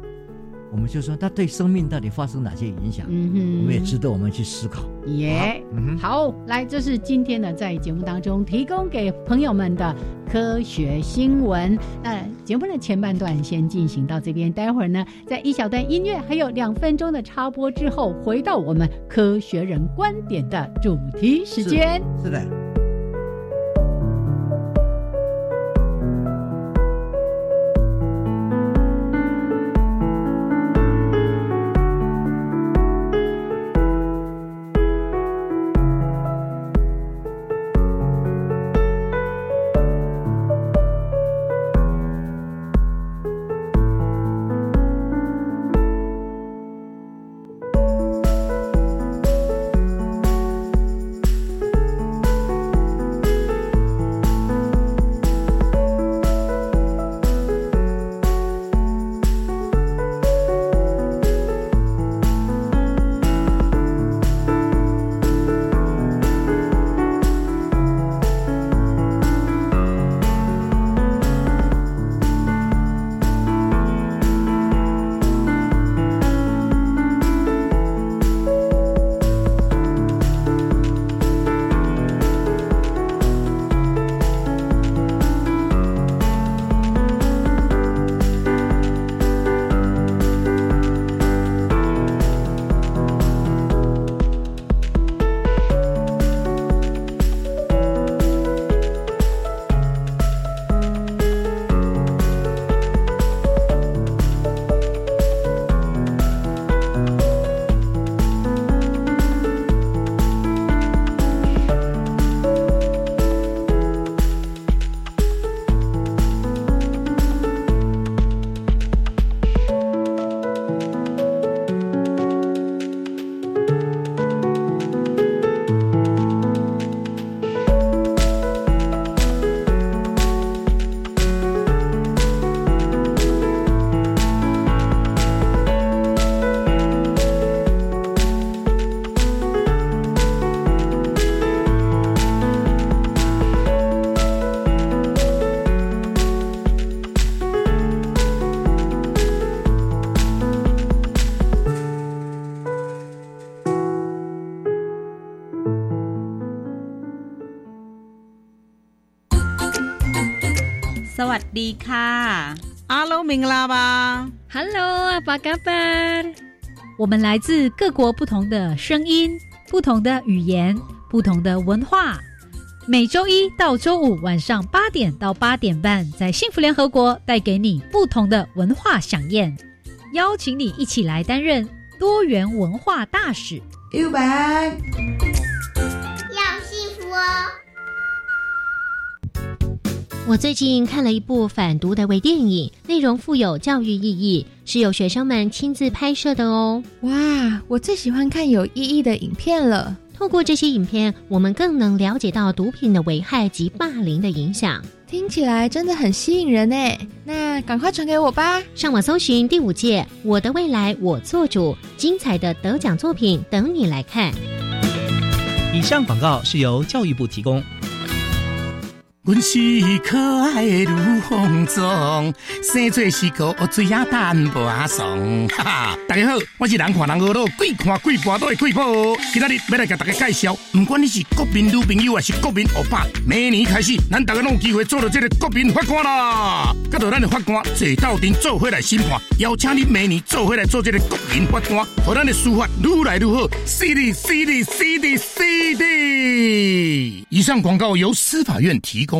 [SPEAKER 2] 我们就说它对生命到底发生哪些影响，
[SPEAKER 1] 嗯哼，
[SPEAKER 2] 我们也值得我们去思考。
[SPEAKER 1] 耶。
[SPEAKER 2] 嗯哼。
[SPEAKER 1] 好，来，这是今天呢，在节目当中提供给朋友们的科学新闻。那节目的前半段先进行到这边，待会儿呢，在一小段音乐还有两分钟的插播之后，回到我们科学人观点的主题时
[SPEAKER 2] 是
[SPEAKER 1] 间。
[SPEAKER 2] 是的。
[SPEAKER 3] สวัสดีค่ะ
[SPEAKER 4] Hello，明拉吧。
[SPEAKER 5] Hello，阿巴嘎巴，我们来自各国不同的声音、不同的语言、不同的文化。每周一到周五晚上八点到八点半，在幸福联合国带给你不同的文化飨宴，邀请你一起来担任多元文化大使。
[SPEAKER 6] U 白，
[SPEAKER 7] 要幸福哦。
[SPEAKER 8] 我最近看了一部反毒的微电影，内容富有教育意义，是由学生们亲自拍摄的哦。
[SPEAKER 9] 哇，我最喜欢看有意义的影片了。
[SPEAKER 8] 透过这些影片，我们更能了解到毒品的危害及霸凌的影响。
[SPEAKER 9] 听起来真的很吸引人诶，那赶快传给我吧。
[SPEAKER 8] 上网搜寻第五届“我的未来我做主”，精彩的得奖作品等你来看。
[SPEAKER 10] 以上广告是由教育部提供。
[SPEAKER 11] 阮是可爱的女风中，生做是个乌水啊蛋无爽， 哈哈！大家好，我是人看人恶路，鬼看鬼跋倒的鬼婆。今仔日要来给大家介绍，不管你是国民女朋友还是国民欧巴，明年开始，咱大家拢有机会做到这个国民法官啦。甲到咱的法官坐到阵做伙来审判，邀请你明年做伙来做这个国民法官，和咱的司法愈来愈好。是的，是的，是的，是的。以上广告由司法院提供。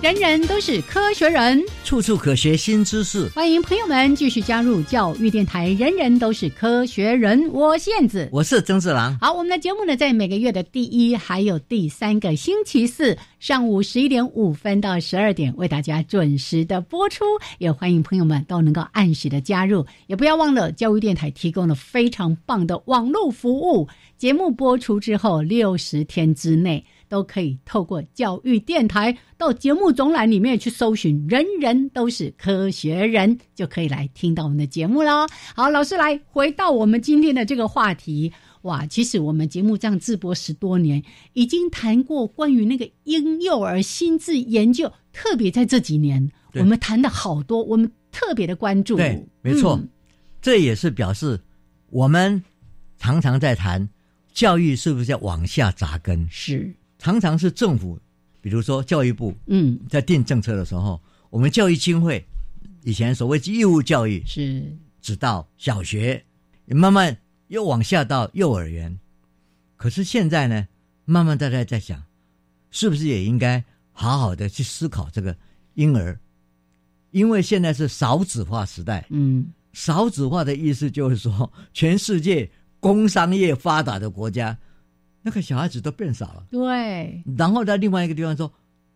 [SPEAKER 1] 人人都是科学人。
[SPEAKER 2] 处处可学新知识。
[SPEAKER 1] 欢迎朋友们继续加入教育电台，人人都是科学人，我是燕子。
[SPEAKER 2] 我是曾志郎，
[SPEAKER 1] 好，我们的节目呢，在每个月的第一还有第三个星期四上午十一点五分到十二点，为大家准时的播出。也欢迎朋友们都能够按时的加入，也不要忘了教育电台提供了非常棒的网络服务。节目播出之后六十天之内，都可以透过教育电台到节目总览里面去搜寻“人人都是科学人”，就可以来听到我们的节目喽。好，老师来回到我们今天的这个话题。哇，其实我们节目这样直播十多年，已经谈过关于那个婴幼儿心智研究，特别在这几年，
[SPEAKER 2] 对
[SPEAKER 1] 我们谈的好多，我们特别的关注。
[SPEAKER 2] 对，没错，
[SPEAKER 1] 嗯
[SPEAKER 2] 这也是表示我们常常在谈教育是不是在往下扎根，
[SPEAKER 1] 嗯是，
[SPEAKER 2] 常常是政府，比如说教育部
[SPEAKER 1] 嗯，
[SPEAKER 2] 在定政策的时候，我们教育经费以前所谓义务教育，
[SPEAKER 1] 是，
[SPEAKER 2] 直到小学，慢慢又往下到幼儿园。可是现在呢，慢慢大家在想，是不是也应该好好的去思考这个婴儿？因为现在是少子化时代，
[SPEAKER 1] 嗯，
[SPEAKER 2] 少子化的意思就是说， 全世界工商业发达的国家，那个小孩子都变少了。
[SPEAKER 1] 对，
[SPEAKER 2] 然后在另外一个地方说，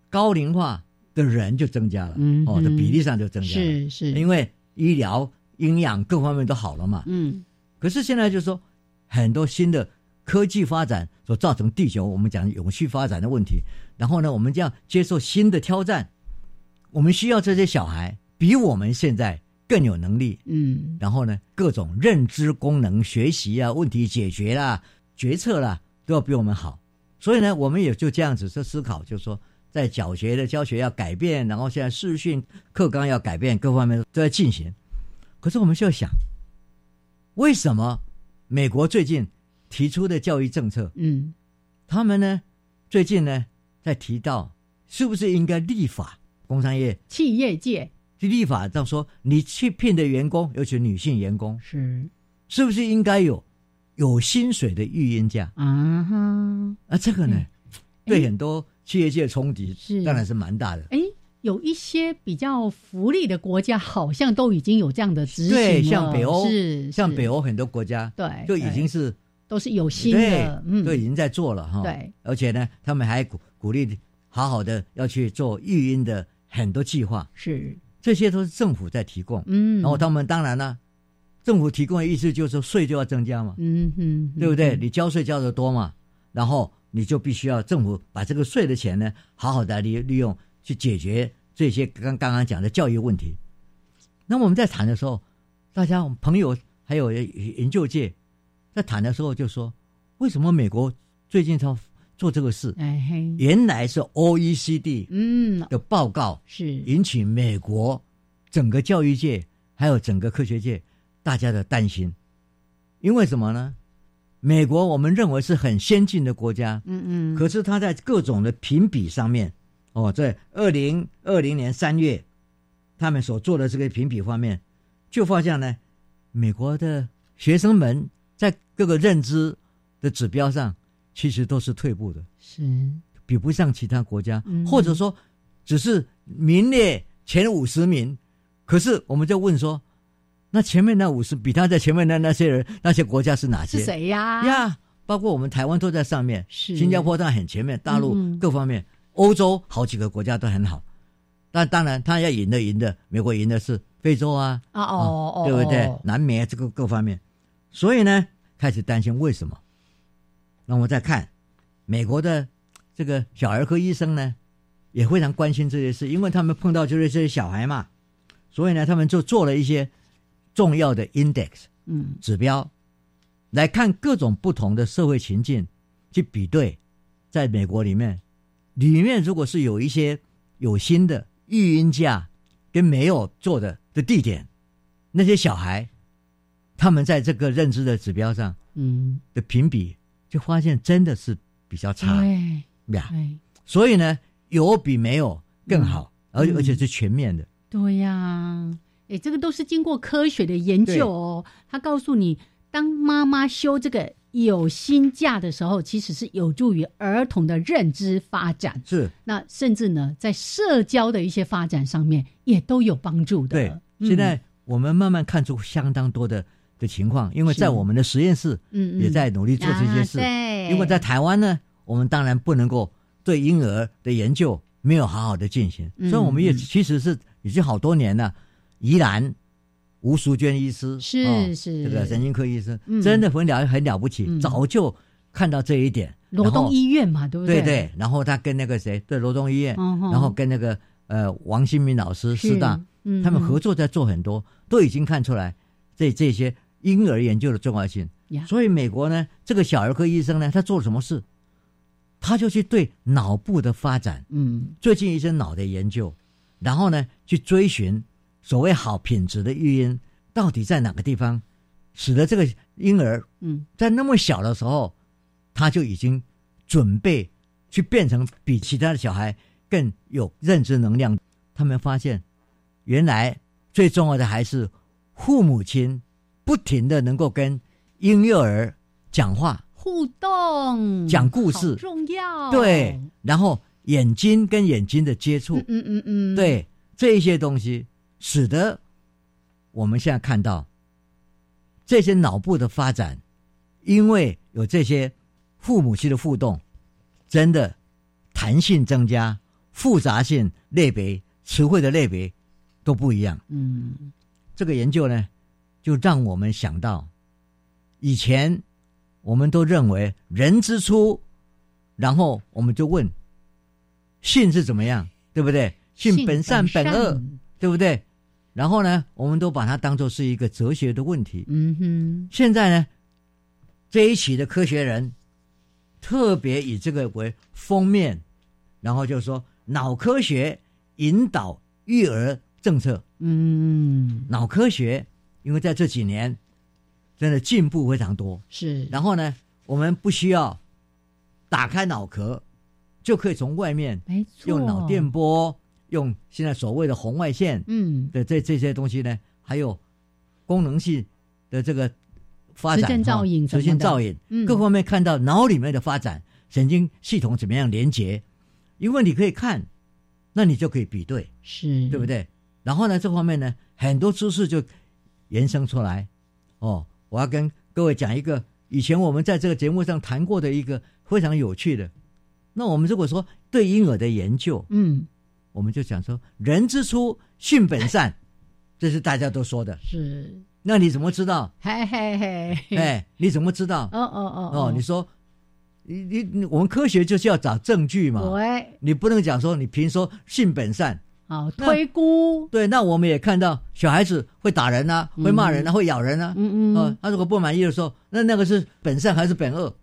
[SPEAKER 2] 高龄化的人就增加了，
[SPEAKER 1] 嗯
[SPEAKER 2] 哦，的
[SPEAKER 1] 嗯
[SPEAKER 2] 比例上就增加了，哎
[SPEAKER 1] 是是，
[SPEAKER 2] 因为医疗、营养各方面都好了嘛。
[SPEAKER 1] 嗯，
[SPEAKER 2] 可是现在就是说，很多新的科技发展所造成地球我们讲永续发展的问题，然后呢，我们就要接受新的挑战，我们需要这些小孩比我们现在更有能力，
[SPEAKER 1] 嗯，
[SPEAKER 2] 然后呢，各种认知功能、学习啊、问题解决啦、决策啦，都要比我们好。所以呢，我们也就这样子去思考，就是说，在小学的教学要改变，然后现在视讯课纲要改变，各方面都在进行。可是我们就要想，为什么美国最近提出的教育政策，
[SPEAKER 1] 嗯，
[SPEAKER 2] 他们呢最近呢在提到，是不是应该立法？工商业
[SPEAKER 1] 企业界
[SPEAKER 2] 立法上说，你去聘的员工，尤其女性员工，
[SPEAKER 1] 是
[SPEAKER 2] 是不是应该有有薪水的育婴假？
[SPEAKER 1] 啊哈，
[SPEAKER 2] 啊，这个呢，
[SPEAKER 1] 哎
[SPEAKER 2] 对很多企业界的冲击
[SPEAKER 1] 是
[SPEAKER 2] 当然是蛮大的。
[SPEAKER 1] 哎，有一些比较福利的国家，好像都已经有这样的执行了
[SPEAKER 2] 对，像北欧
[SPEAKER 1] 是，
[SPEAKER 2] 像
[SPEAKER 1] 是
[SPEAKER 2] 北，欧很多国家
[SPEAKER 1] 对，
[SPEAKER 2] 就已
[SPEAKER 1] 对
[SPEAKER 2] 经是
[SPEAKER 1] 都是有心
[SPEAKER 2] 对
[SPEAKER 1] 的，嗯，
[SPEAKER 2] 都已经在做了哈。
[SPEAKER 1] 对，
[SPEAKER 2] 而且呢，他们还鼓鼓励好好的要去做育婴的很多计划。
[SPEAKER 1] 是，
[SPEAKER 2] 这些都是政府在提供。嗯，然后他们当然了、啊，政府提供的意思就是税就要增加嘛。嗯嗯，对不对？你交税交的多嘛，然后你就必须要政府把这个税的钱呢，好好的利利用去解决这些刚刚刚讲的教育问题。那我们在谈的时候，大家朋友还有研究界在谈的时候就说，为什么美国最近他？做这个事，
[SPEAKER 1] 哎
[SPEAKER 2] 原来是 OECD 嗯的报告
[SPEAKER 1] 是
[SPEAKER 2] 引起美国整个教育界还有整个科学界大家的担心，因为什么呢？美国我们认为是很先进的国家，嗯嗯，可是它在各种的评比上面，哦，在二零二零年三月他们所做的这个评比方面，就发现呢，美国的学生们在各个认知的指标上。其实都是退步的，
[SPEAKER 1] 是
[SPEAKER 2] 比不上其他国家，嗯、或者说只是名列前五十名。可是我们就问说，那前面那五十比他在前面的那些人、那些国家是哪些？
[SPEAKER 1] 是谁呀？
[SPEAKER 2] 呀，包括我们台湾都在上面，
[SPEAKER 1] 是
[SPEAKER 2] 新加坡当然很前面，大陆各方面，嗯、欧洲好几个国家都很好。但当然，他要赢的赢的，美国赢的是非洲啊，
[SPEAKER 1] 啊哦、
[SPEAKER 2] 嗯，对不对？南美啊，这个各方面，所以呢，开始担心为什么？那我们再看，美国的这个小儿科医生呢，也非常关心这些事，因为他们碰到就是这些小孩嘛，所以呢，他们就做了一些重要的 index，嗯，指标，来看各种不同的社会情境去比对，在美国里面，里面如果是有一些有心的育婴假跟没有做的的地点，那些小孩，他们在这个认知的指标上，嗯，的评比。就发现真的是比较差呀，所以呢，有比没有更好，而、嗯、而且是全面的。
[SPEAKER 1] 对呀、啊，哎，这个都是经过科学的研究哦。他告诉你，当妈妈休这个有薪假的时候，其实是有助于儿童的认知发展，
[SPEAKER 2] 是
[SPEAKER 1] 那甚至呢，在社交的一些发展上面也都有帮助的。
[SPEAKER 2] 对，嗯、现在我们慢慢看出相当多的。的情况，因为在我们的实验室，嗯，也在努力做这些
[SPEAKER 1] 嗯嗯
[SPEAKER 2] 事。
[SPEAKER 1] 啊、
[SPEAKER 2] 对，因为在台湾呢，我们当然不能够对婴儿的研究没有好好的进行，嗯、所以我们也其实是已经好多年了。宜兰吴淑娟医师
[SPEAKER 1] 是、
[SPEAKER 2] 哦、
[SPEAKER 1] 是嗯
[SPEAKER 2] 这个神经科医生，真的很了很了不起，早就看到这一点。
[SPEAKER 1] 罗东医院嘛，对不哦
[SPEAKER 2] 对？
[SPEAKER 1] 对嗯
[SPEAKER 2] 对，然后他跟那个谁，对罗东医院，然后跟那个呃王新民老师师大，
[SPEAKER 1] 嗯
[SPEAKER 2] 他们合作在做很多，都已经看出来这这些。婴儿研究的重要性，所以美国呢，这个小儿科医生呢，他做了什么事？他就去对脑部的发展，嗯，最近一些脑的研究，然后呢，去追寻所谓好品质的育婴到底在哪个地方，使得这个婴儿，嗯，在那么小的时候，他就已经准备去变成比其他的小孩更有认知能量。他们发现，原来最重要的还是父母亲。不停的能够跟婴幼儿讲话、
[SPEAKER 1] 互动、
[SPEAKER 2] 讲故事，
[SPEAKER 1] 嗯重要哦
[SPEAKER 2] 对。然后眼睛跟眼睛的接触，
[SPEAKER 1] 嗯嗯嗯，
[SPEAKER 2] 对这一些东西，使得我们现在看到这些脑部的发展，因为有这些父母亲的互动，真的弹性增加，复杂性类别、词汇的类别都不一样。嗯，这个研究呢。就让我们想到，以前我们都认为人之初，然后我们就问性是怎么样，对不对？性本善本恶，对不对？然后呢，我们都把它当做是一个哲学的问题。嗯哼。现在呢，这一期的科学人特别以这个为封面，然后就说脑科学引导育儿政策。嗯，脑科学。因为在这几年，真的进步非常多。
[SPEAKER 1] 是，
[SPEAKER 2] 然后呢，我们不需要打开脑壳，就可以从外面用脑电波，用现在所谓的红外线，嗯的这这些东西呢，还有功能性的这个发展，
[SPEAKER 1] 磁性造影、
[SPEAKER 2] 磁性造影，嗯、各方面看到脑里面的发展，神经系统怎么样连接？因为你可以看，那你就可以比对，
[SPEAKER 1] 是
[SPEAKER 2] 对不对？然后呢，这方面呢，很多知识就。延伸出来，哦，我要跟各位讲一个以前我们在这个节目上谈过的一个非常有趣的。那我们如果说对婴儿的研究，嗯，我们就讲说“人之初，性本善”，这是大家都说的。
[SPEAKER 1] 是，
[SPEAKER 2] 那你怎么知道？
[SPEAKER 1] 嘿嘿 嘿，
[SPEAKER 2] 哎，你怎么知道？
[SPEAKER 1] 哦哦哦
[SPEAKER 2] 哦，你说，你你我们科学就是要找证据嘛。
[SPEAKER 1] 对，
[SPEAKER 2] 你不能讲说你凭说性本善。
[SPEAKER 1] 好，推估。
[SPEAKER 2] 对，那我们也看到小孩子会打人啊，会骂人啊，会咬人啊。
[SPEAKER 1] 嗯嗯嗯。
[SPEAKER 2] 哦，他如果不满意的时候，那那个是本善还是本恶？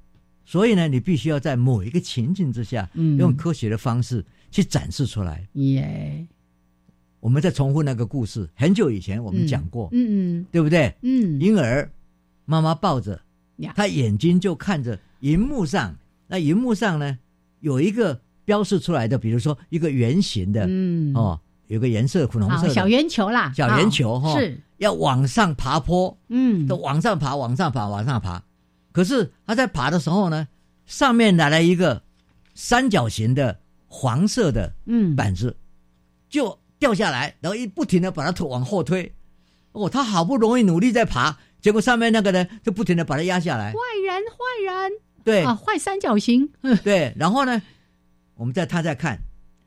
[SPEAKER 2] 所以呢，你必须要在某一个情境之下，
[SPEAKER 1] 嗯
[SPEAKER 2] 用科学的方式去展示出来。
[SPEAKER 1] 耶，
[SPEAKER 2] 我们再重复那个故事，很久以前我们讲过，
[SPEAKER 1] 嗯嗯，
[SPEAKER 2] 对不对？
[SPEAKER 1] 嗯，
[SPEAKER 2] 婴儿妈妈抱着
[SPEAKER 1] 呀，
[SPEAKER 2] 他眼睛就看着荧幕上，那荧幕上呢有一个标示出来的，比如说一个圆形的，
[SPEAKER 1] 嗯
[SPEAKER 2] 哦，有个颜色粉红色
[SPEAKER 1] 好，
[SPEAKER 2] 的
[SPEAKER 1] 小圆球啦，
[SPEAKER 2] 小圆球哈、
[SPEAKER 1] 好是，
[SPEAKER 2] 要往上爬坡，
[SPEAKER 1] 嗯，
[SPEAKER 2] 都往上爬，往上爬，往上爬。可是他在爬的时候呢，上面来了一个三角形的黄色的
[SPEAKER 1] 嗯
[SPEAKER 2] 板子，就掉下来，然后一不停的把它推往后推。哦，他好不容易努力在爬，结果上面那个人就不停的把它压下来。
[SPEAKER 1] 坏人，坏人，
[SPEAKER 2] 对
[SPEAKER 1] 啊，坏三角形，
[SPEAKER 2] 对，然后呢，我们再他再看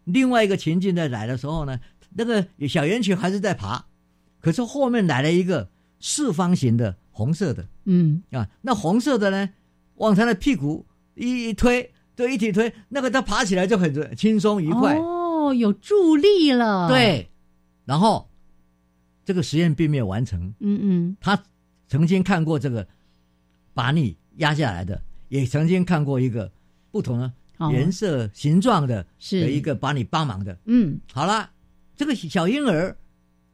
[SPEAKER 2] 另外一个情境呢来的时候呢，那个小圆球还是在爬，可是后面来了一个四方形的红色的
[SPEAKER 1] 嗯，
[SPEAKER 2] 啊，那红色的呢往他的屁股一一推，对，一起推，那个他爬起来就很轻松愉快，
[SPEAKER 1] 哦，有助力了，，
[SPEAKER 2] 对，然后这个实验并没有完成，
[SPEAKER 1] 嗯嗯，
[SPEAKER 2] 他曾经看过这个把你压下来的，也曾经看过一个不同的
[SPEAKER 1] 哦
[SPEAKER 2] 颜色、形状的，
[SPEAKER 1] 是
[SPEAKER 2] 的一个把你帮忙的。
[SPEAKER 1] 嗯，
[SPEAKER 2] 好啦，这个小婴儿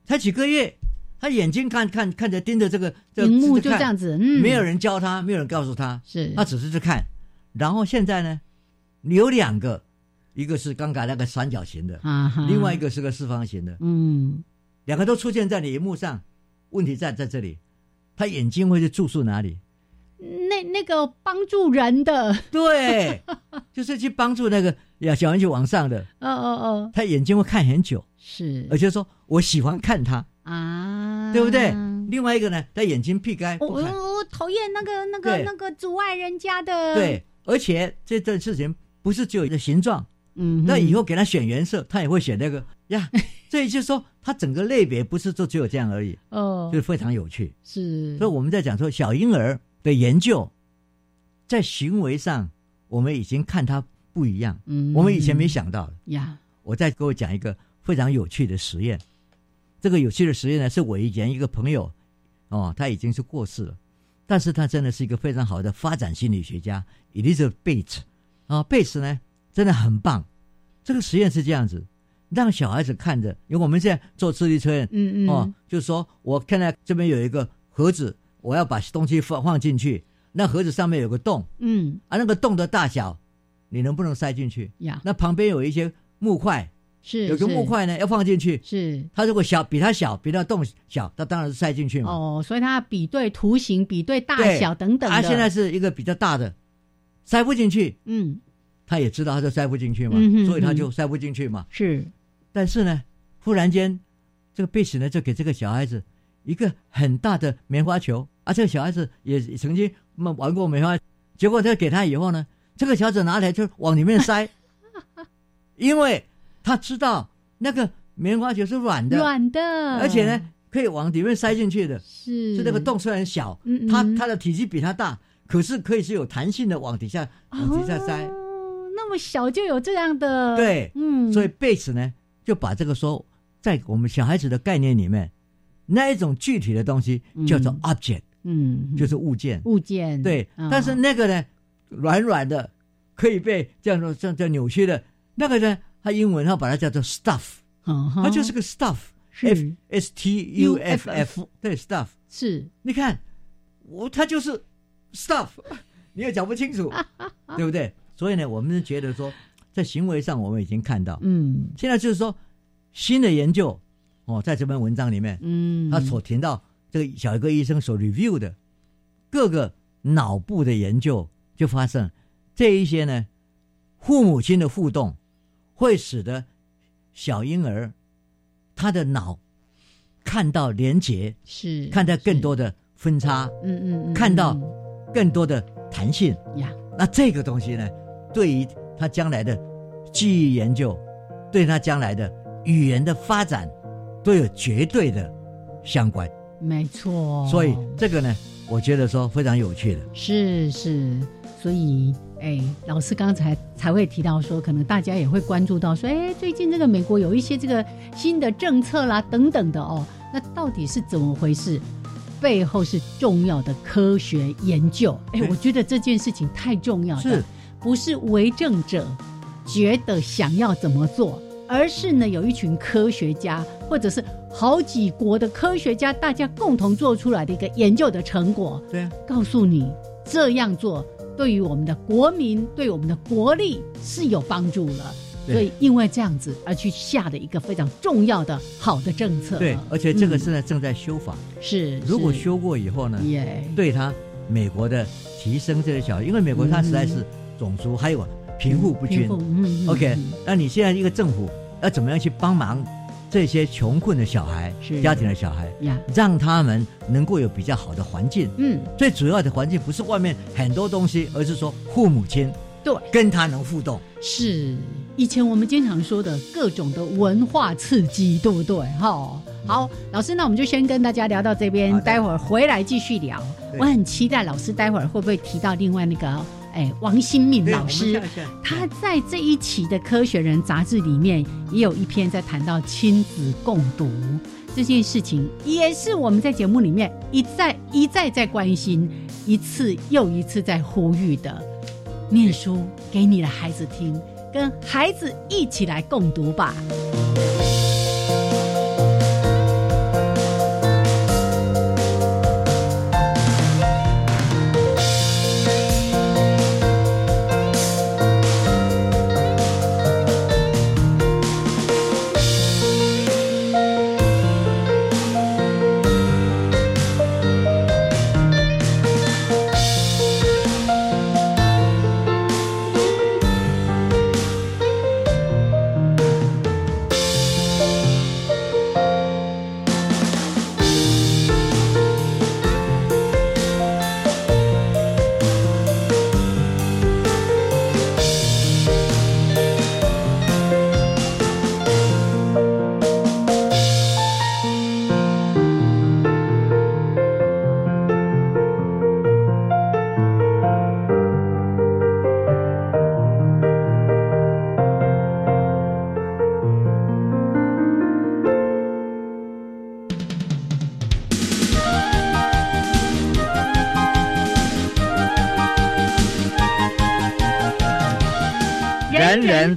[SPEAKER 2] 才几个月，他眼睛看看看着盯着这个这个
[SPEAKER 1] 荧幕
[SPEAKER 2] 这
[SPEAKER 1] 就
[SPEAKER 2] 看
[SPEAKER 1] 这样子，嗯，
[SPEAKER 2] 没有人教他，没有人告诉他，
[SPEAKER 1] 是，
[SPEAKER 2] 他只是去看。然后现在呢，有两个，一个是刚才那个三角形的，
[SPEAKER 1] 啊哈，
[SPEAKER 2] 另外一，个是个四方形的，
[SPEAKER 1] 嗯，
[SPEAKER 2] 两个都出现在你荧幕上，问题在在这里，他眼睛会去注视哪里？
[SPEAKER 1] 那那个帮助人的，
[SPEAKER 2] 对， 就是去帮助那个呀小圆球往上的，
[SPEAKER 1] 哦哦哦，
[SPEAKER 2] 他眼睛会看很久，
[SPEAKER 1] 是
[SPEAKER 2] 而且说我喜欢看他，
[SPEAKER 1] 啊，
[SPEAKER 2] 对不对？另外一个呢，他眼睛避开
[SPEAKER 1] 我
[SPEAKER 2] 不
[SPEAKER 1] 我
[SPEAKER 2] 看，
[SPEAKER 1] 我讨厌那个那个
[SPEAKER 2] 对
[SPEAKER 1] 那个阻碍人家的，，
[SPEAKER 2] 对，而且这件事情不是只有一个形状，
[SPEAKER 1] 嗯，
[SPEAKER 2] 那以后给他选颜色，他也会选那个 呀。所以就是说，他整个类别不是就只有这样而已，
[SPEAKER 1] 哦嗯
[SPEAKER 2] 就是非常有趣。
[SPEAKER 1] 是，
[SPEAKER 2] 所以我们在讲说小婴儿的研究，在行为上，我们已经看他不一样，
[SPEAKER 1] 嗯
[SPEAKER 2] 我们以前没想到的。
[SPEAKER 1] 呀，
[SPEAKER 2] 我再给我讲一个非常有趣的实验。这个有趣的实验呢，是我以前一个朋友，哦，他已经是过世了，但是他真的是一个非常好的发展心理学家，Elizabeth Bates 啊、贝茨呢真的很棒。这个实验是这样子，让小孩子看着，因为我们现在做智力测验，
[SPEAKER 1] 嗯嗯，
[SPEAKER 2] 哦，，就是说我看到这边有一个盒子，我要把东西放放进去，那盒子上面有个洞
[SPEAKER 1] 嗯
[SPEAKER 2] 啊，那个洞的大小，你能不能塞进去？
[SPEAKER 1] 呀，
[SPEAKER 2] 那旁边有一些木块，
[SPEAKER 1] 是
[SPEAKER 2] 有个木块呢要放进去，
[SPEAKER 1] 是。是
[SPEAKER 2] 它如果小比它小，比它洞小，它当然是塞进去嘛。
[SPEAKER 1] 哦，所以它比对图形、比对大
[SPEAKER 2] 嗯对
[SPEAKER 1] 小等等的。
[SPEAKER 2] 它现在是一个比较大的，塞不进去，
[SPEAKER 1] 嗯
[SPEAKER 2] 它也知道它就塞不进去嘛，
[SPEAKER 1] 嗯哼
[SPEAKER 2] 所以它
[SPEAKER 1] 嗯
[SPEAKER 2] 就塞不进去嘛。
[SPEAKER 1] 是
[SPEAKER 2] 但是呢，忽然间，这个贝斯呢就给这个小孩子一个很大的棉花球，啊，这个小孩子也曾经嗯玩过棉花，结果他给他以后呢，这个小子拿来就往里 面塞，因为他知道那个棉花球是软的，
[SPEAKER 1] 软的，
[SPEAKER 2] 啊而且呢可以往里面塞进去的，
[SPEAKER 1] 嗯是
[SPEAKER 2] 是那个洞虽然小，
[SPEAKER 1] 嗯嗯
[SPEAKER 2] 它它的体积比它大，可是可以是有弹性的往底下往底下塞，
[SPEAKER 1] 哦，那么小就有这样的
[SPEAKER 2] 对
[SPEAKER 1] 嗯，
[SPEAKER 2] 所以贝斯呢就把这个说，在我们小孩子的概念里面，那一种具体的东西叫做
[SPEAKER 1] 嗯
[SPEAKER 2] object，、
[SPEAKER 1] 嗯，
[SPEAKER 2] 就是物件。
[SPEAKER 1] 物件
[SPEAKER 2] 对，
[SPEAKER 1] 啊
[SPEAKER 2] 但是那个呢，软软的，可以被这样说这样叫扭曲的那个呢，它英文它把它叫做 stuff，
[SPEAKER 1] 嗯哼
[SPEAKER 2] 它就是个 stuff，f
[SPEAKER 1] 是
[SPEAKER 2] s t u f f，对 stuff。
[SPEAKER 1] 是
[SPEAKER 2] 你看，我他就是 stuff，你也讲不 清楚，对不对？所以呢，我们是觉得说，在行为上我们已经看到，
[SPEAKER 1] 嗯
[SPEAKER 2] 现在就是说新的研究哦，在这篇文章里面，
[SPEAKER 1] 嗯，
[SPEAKER 2] 他所提到这个小儿科医生所 review 的各个脑部的研究，就发生这一些呢，父母亲的互动会使得小婴儿他的脑看到连结，
[SPEAKER 1] 是
[SPEAKER 2] 看到更
[SPEAKER 1] 是
[SPEAKER 2] 多的分叉，
[SPEAKER 1] 嗯嗯嗯，
[SPEAKER 2] 看到
[SPEAKER 1] 嗯
[SPEAKER 2] 更多的弹性。
[SPEAKER 1] 呀
[SPEAKER 2] 那这个东西呢，对于他将来的记忆研究，对他将来的语言的发展都有绝对的相关。
[SPEAKER 1] 没错，
[SPEAKER 2] 所以这个呢，我觉得说非常有趣的。
[SPEAKER 1] 是是，所以。哎，老师刚才才会提到说，可能大家也会关注到说，哎，最近这个美国有一些这个新的政策啦，等等的哦，那到底是怎么回事？背后是重要的科学研究。哎，我觉得这件事情太重要了，
[SPEAKER 2] 是
[SPEAKER 1] 不是为政者觉得想要怎么做，而是呢有一群科学家或者是好几国的科学家，大家共同做出来的一个研究的成果。
[SPEAKER 2] 对啊，
[SPEAKER 1] 告诉你这样做。对于我们的国民，对我们的国力是有帮助了，所以因为这样子而去下的一个非常重要的好的政策。
[SPEAKER 2] 对，而且这个现在正在修法，
[SPEAKER 1] 嗯、是嗯
[SPEAKER 2] 如果修过以后呢，
[SPEAKER 1] 耶
[SPEAKER 2] 对他美国的提升这些小孩，因为美国它实在是种族、嗯、还有贫富不均。
[SPEAKER 1] 嗯、
[SPEAKER 2] OK，那你现在一个政府要怎么样去帮忙这些穷困的小孩、家庭的小孩，让他们能够有比较好的环境？
[SPEAKER 1] 嗯，
[SPEAKER 2] 最主要的环境不是外面很多东西，而是说父母亲
[SPEAKER 1] 对
[SPEAKER 2] 跟他能互动。
[SPEAKER 1] 是以前我们经常说的各种的文化刺激，对不对？哈、哦，好，老师，那我们就先跟大家聊到这边，待会儿回来继续聊。我很期待老师待会儿会不会提到另外那个。哎，王新敏老师，他在这一期的《科学人》杂志里面也有一篇在谈到亲子共读这件事情，也是我们在节目里面一再一再在关心，一次又一次在呼吁的。念书给你的孩子听，跟孩子一起来共读吧。
[SPEAKER 3] 人人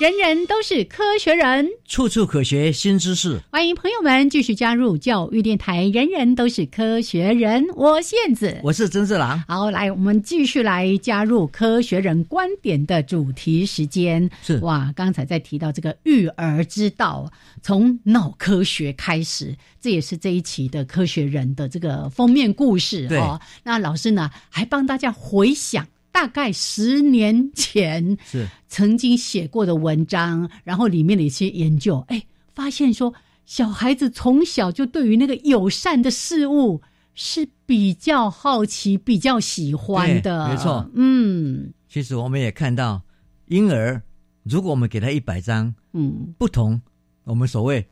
[SPEAKER 12] 人人都是科学人，
[SPEAKER 2] 处处可学新知识。
[SPEAKER 12] 欢迎朋友们继续加入教育电台。人人都是科学人，我燕子，
[SPEAKER 2] 我是曾志郎。
[SPEAKER 1] 好，来，我们继续来加入科学人观点的主题时间。
[SPEAKER 2] 是
[SPEAKER 1] 哇，刚才在提到这个育儿之道，从脑科学开始，这也是这一期的科学人的这个封面故事
[SPEAKER 2] 哦。
[SPEAKER 1] 那老师呢，还帮大家回想。大概十年前
[SPEAKER 2] 是
[SPEAKER 1] 曾经写过的文章，然后里面的一些研究，哎，发现说小孩子从小就对于那个友善的事物是比较好奇、比较喜欢的，
[SPEAKER 2] 没错。
[SPEAKER 1] 嗯，
[SPEAKER 2] 其实我们也看到，婴儿如果我们给他一百张，
[SPEAKER 1] 嗯，
[SPEAKER 2] 不同我们所谓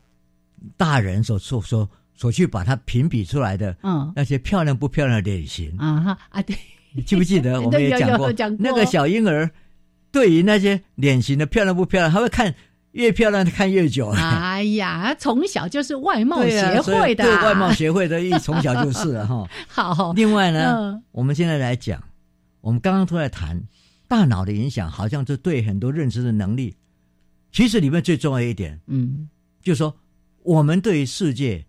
[SPEAKER 2] 大人所所所所去把它评比出来的，
[SPEAKER 1] 嗯，
[SPEAKER 2] 那些漂亮不漂亮的脸型
[SPEAKER 1] 啊哈啊对。
[SPEAKER 2] 你记不记得？我们也讲过，
[SPEAKER 1] 讲过
[SPEAKER 2] 那个小婴儿，对于那些脸型的漂亮不漂亮，他会看越漂亮看越久。
[SPEAKER 1] 哎呀，从小就是外貌协会的、
[SPEAKER 2] 啊，对、啊、外貌协会的，一从小就是了哈。
[SPEAKER 1] 好，
[SPEAKER 2] 另外呢，嗯、我们现在来讲，我们刚刚都在谈大脑的影响，好像是对很多认知的能力。其实里面最重要一点，
[SPEAKER 1] 嗯，
[SPEAKER 2] 就是说我们对于世界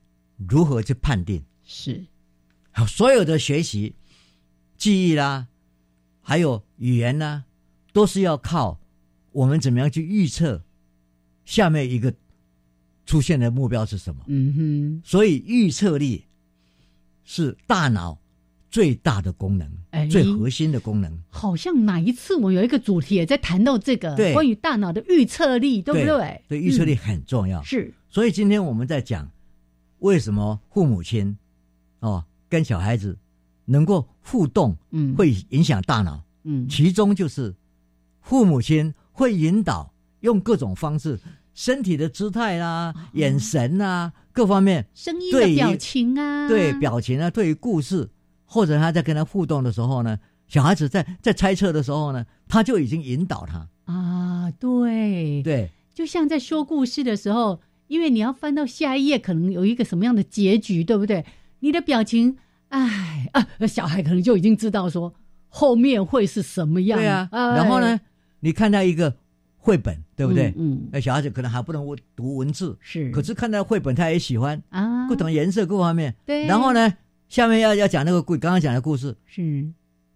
[SPEAKER 2] 如何去判定，
[SPEAKER 1] 是
[SPEAKER 2] 好所有的学习。记忆啦，还有语言啦，都是要靠我们怎么样去预测下面一个出现的目标是什么。
[SPEAKER 1] 嗯哼，
[SPEAKER 2] 所以预测力是大脑最大的功能，
[SPEAKER 1] 哎、
[SPEAKER 2] 最核心的功能。
[SPEAKER 1] 好像哪一次我有一个主题也在谈到这个关于大脑的预测力，对嗯不
[SPEAKER 2] 对？对，预测力很重要。
[SPEAKER 1] 嗯、是，
[SPEAKER 2] 所以今天我们在讲为什么父母亲哦，跟小孩子能够互动，嗯，会影响大脑，嗯，其中就是父母亲会引导，用各种方式，身体的姿态啦、啊、眼神啊、嗯、各方面，
[SPEAKER 1] 声音的表情啊，
[SPEAKER 2] 对表情啊，对于故事或者他在跟他互动的时候呢，小孩子在在猜测的时候呢，他就已经引导他
[SPEAKER 1] 啊，对
[SPEAKER 2] 对，
[SPEAKER 1] 就像在说故事的时候。因为你要翻到下一页，可能有一个什么样的结局，对不对？你的表情，哎啊，小孩可能就已经知道说后面会是什么样。
[SPEAKER 2] 对啊，哎、然后呢，你看到一个绘本，对不对？嗯，那、嗯、小孩子可能还不能读文字，
[SPEAKER 1] 是，
[SPEAKER 2] 可是看到绘本他也喜欢
[SPEAKER 1] 啊，
[SPEAKER 2] 不同颜色各方面。
[SPEAKER 1] 对，
[SPEAKER 2] 然后呢，下面要要讲那个故，刚刚讲的故事
[SPEAKER 1] 是，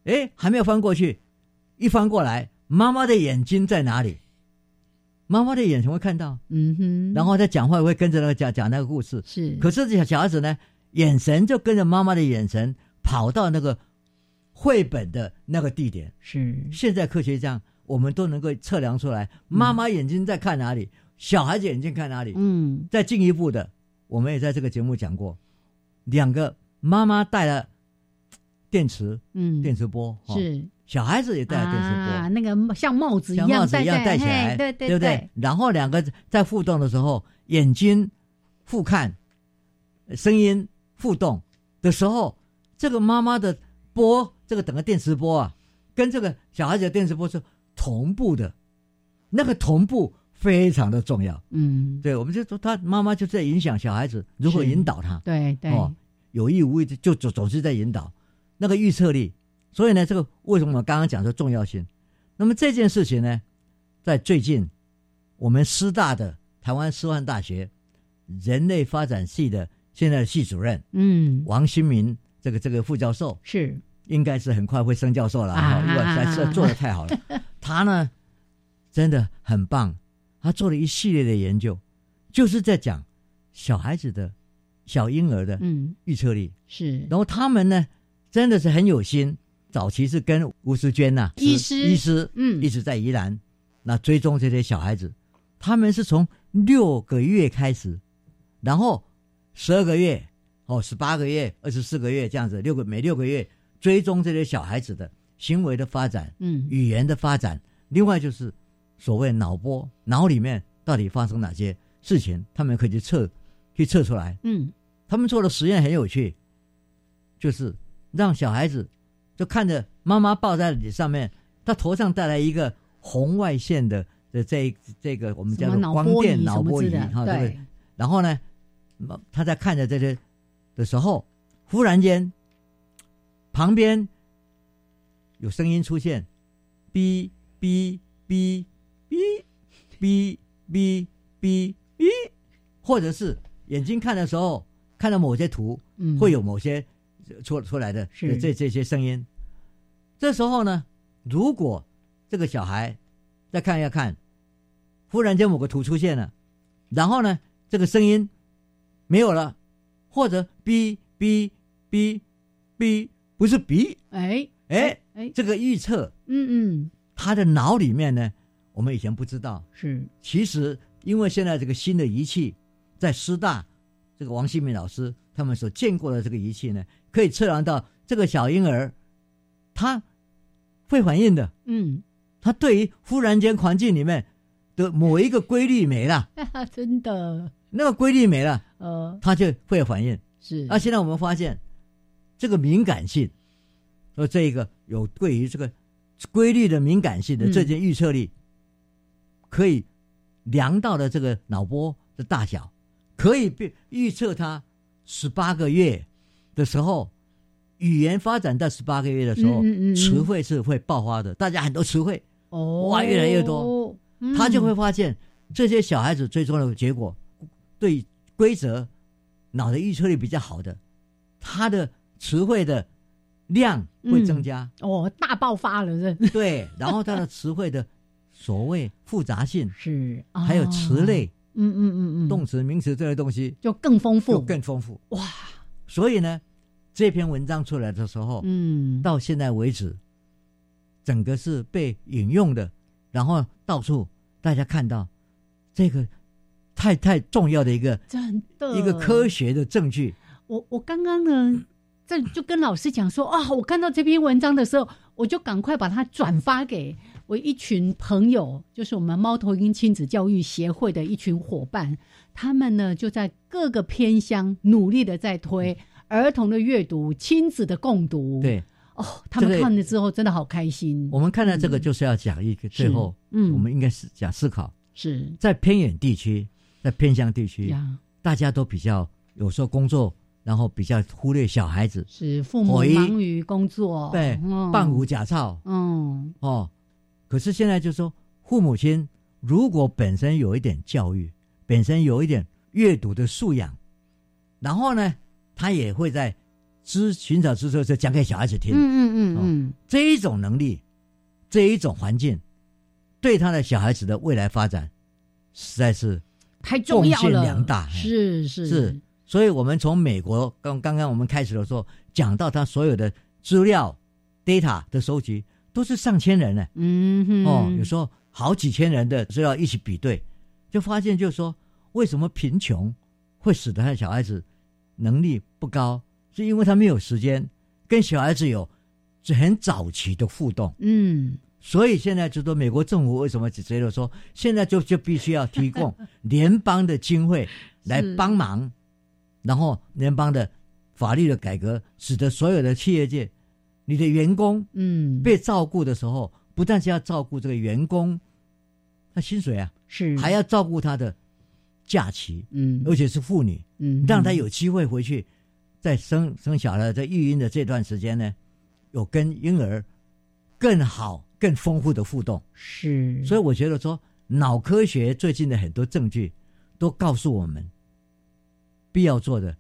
[SPEAKER 2] 哎，还没有翻过去，一翻过来，妈妈的眼睛在哪里？妈妈的眼神会看到，
[SPEAKER 1] 嗯哼，
[SPEAKER 2] 然后他讲话会跟着那个讲讲那个故事，
[SPEAKER 1] 是。
[SPEAKER 2] 可是小小孩子呢，眼神就跟着妈妈的眼神跑到那个绘本的那个地点。
[SPEAKER 1] 是。
[SPEAKER 2] 现在科学上我们都能够测量出来，妈妈眼睛在看哪里，嗯、小孩子眼睛看哪里。
[SPEAKER 1] 嗯。
[SPEAKER 2] 再进一步的，我们也在这个节目讲过，两个妈妈带了电池，
[SPEAKER 1] 嗯，
[SPEAKER 2] 电磁波、
[SPEAKER 1] 哦、是。
[SPEAKER 2] 小孩子也戴电磁波，
[SPEAKER 1] 啊，那个像帽子一
[SPEAKER 2] 样
[SPEAKER 1] 戴
[SPEAKER 2] 戴起来，
[SPEAKER 1] 对
[SPEAKER 2] 对
[SPEAKER 1] 对
[SPEAKER 2] 不对？然后两个在互动的时候，眼睛互看，声音互动的时候，这个妈妈的波，这个整个电磁波啊，跟这个小孩子的电磁波是同步的，那个同步非常的重要。
[SPEAKER 1] 嗯，
[SPEAKER 2] 对，我们就说他妈妈就在影响小孩子，如何引导他，
[SPEAKER 1] 对对，哦，
[SPEAKER 2] 有意无意的就总总是在引导，那个预测力。所以呢，这个为什么我刚刚讲说重要性？那么这件事情呢，在最近，我们师大的台湾师范大学人类发展系的现在的系主任，
[SPEAKER 1] 嗯，
[SPEAKER 2] 王新民这个这个副教授
[SPEAKER 1] 是，
[SPEAKER 2] 应该是很快会升教授了哈，如果在这做的太好了，他呢真的很棒，他做了一系列的研究，就是在讲小孩子的小婴儿的预测力、
[SPEAKER 1] 嗯、是，
[SPEAKER 2] 然后他们呢真的是很有心。早期是跟吴淑娟呐、啊，
[SPEAKER 1] 医师
[SPEAKER 2] 医师，
[SPEAKER 1] 嗯，
[SPEAKER 2] 一直在宜兰，那追踪这些小孩子，他们是从六个月开始，然后十二个月，哦，十八个月，二十四个月这样子，六个每六个月追踪这些小孩子的行为的发展，
[SPEAKER 1] 嗯，
[SPEAKER 2] 语言的发展，另外就是所谓脑波，脑里面到底发生哪些事情，他们可以去测，去测出来，
[SPEAKER 1] 嗯，
[SPEAKER 2] 他们做的实验很有趣，就是让小孩子。就看着妈妈抱在你上面，她头上带来一个红外线的的这这个我们叫做光电脑波仪哈，
[SPEAKER 1] 对,对。
[SPEAKER 2] 然后呢，他在看着这些的时候，忽然间旁边有声音出现，哔哔哔哔哔哔哔哔，或者是眼睛看的时候看到某些图，
[SPEAKER 1] 嗯、
[SPEAKER 2] 会有某些。呃出出来的这这些声音，这时候呢，如果这个小孩再看一看，忽然间某个图出现了，然后呢，这个声音没有了，或者哔哔哔哔，不是哔，
[SPEAKER 1] 哎
[SPEAKER 2] 哎哎，这个预测，
[SPEAKER 1] 嗯嗯，
[SPEAKER 2] 他的脑里面呢，我们以前不知道，
[SPEAKER 1] 是
[SPEAKER 2] 其实因为现在这个新的仪器在师大，这个王新民老师他们所见过的这个仪器呢。可以测量到这个小婴儿，他会反应的。
[SPEAKER 1] 嗯，
[SPEAKER 2] 他对于忽然间环境里面的某一个规律没了，
[SPEAKER 1] 真的，
[SPEAKER 2] 那个规律没了，
[SPEAKER 1] 呃，
[SPEAKER 2] 他就会反应。
[SPEAKER 1] 是。
[SPEAKER 2] 那、啊、现在我们发现，这个敏感性，说这一个有对于这个规律的敏感性的这件预测力，嗯、可以量到的这个脑波的大小，可以被预测它十八个月。的时候，语言发展到十八个月的时候，
[SPEAKER 1] 嗯嗯嗯
[SPEAKER 2] 词汇是会爆发的。大家很多词汇，
[SPEAKER 1] 哦，嗯
[SPEAKER 2] 哇，越来越多，他就会发现这些小孩子最终的结果，对规则脑的预测力比较好的，他的词汇的量会增加。
[SPEAKER 1] 哦，大爆发了是？
[SPEAKER 2] 对，然后他的词汇的所谓复杂性
[SPEAKER 1] 是，哦、
[SPEAKER 2] 还有词类，
[SPEAKER 1] 嗯嗯嗯嗯，
[SPEAKER 2] 动词、名词这些东西
[SPEAKER 1] 就更丰富，
[SPEAKER 2] 就更丰富。
[SPEAKER 1] 哇！
[SPEAKER 2] 所以呢，这篇文章出来的时候，
[SPEAKER 1] 嗯，
[SPEAKER 2] 到现在为止，整个是被引用的，然后到处大家看到这个太太重要的一个
[SPEAKER 1] 真的
[SPEAKER 2] 一个科学的证据。
[SPEAKER 1] 我我刚刚呢这就跟老师讲说啊，我看到这篇文章的时候，我就赶快把它转发给我一群朋友，就是我们猫头鹰亲子教育协会的一群伙伴，他们呢就在各个偏乡努力的在推儿童的阅读、亲子的共读。
[SPEAKER 2] 对，
[SPEAKER 1] 哦，他们看了之后真的好开心。
[SPEAKER 2] 我们看到这个就是要讲一个、嗯、最后，嗯，我们应该是讲思考，
[SPEAKER 1] 是
[SPEAKER 2] 在偏远地区，在偏乡地区，大家都比较有时候工作。然后比较忽略小孩子，
[SPEAKER 1] 是父母忙于工作，
[SPEAKER 2] 对，
[SPEAKER 1] 哦
[SPEAKER 2] 半无假操，嗯哦。可是现在就说，父母亲如果本身有一点教育，本身有一点阅读的素养，然后呢，他也会在知寻找知识的时候讲给小孩子听，
[SPEAKER 1] 嗯嗯嗯嗯、哦，
[SPEAKER 2] 这一种能力，这一种环境，对他的小孩子的未来发展，实在是
[SPEAKER 1] 太重要了，
[SPEAKER 2] 良大，
[SPEAKER 1] 是是
[SPEAKER 2] 是。是所以，我们从美国刚刚刚我们开始的时候讲到，他所有的资料、data 的收集都是上千人呢。
[SPEAKER 1] 嗯哼，
[SPEAKER 2] 哦，有时候好几千人的资料一起比对，就发现，就是说，为什么贫穷会使得他小孩子能力不高，是因为他没有时间跟小孩子有很早期的互动。
[SPEAKER 1] 嗯，
[SPEAKER 2] 所以现在就说，美国政府为什么只觉得说，现在就就必须要提供联邦的经费来帮忙。然后联邦的法律的改革，使得所有的企业界，你的员工，
[SPEAKER 1] 嗯，
[SPEAKER 2] 被照顾的时候，嗯、不但是要照顾这个员工，他薪水啊，
[SPEAKER 1] 是
[SPEAKER 2] 还要照顾他的假期，
[SPEAKER 1] 嗯，
[SPEAKER 2] 而且是妇女，
[SPEAKER 1] 嗯，
[SPEAKER 2] 让他有机会回去，在生生小孩在育婴的这段时间呢，有跟婴儿更好、更丰富的互动。
[SPEAKER 1] 是，
[SPEAKER 2] 所以我觉得说，脑科学最近的很多证据都告诉我们。必要做的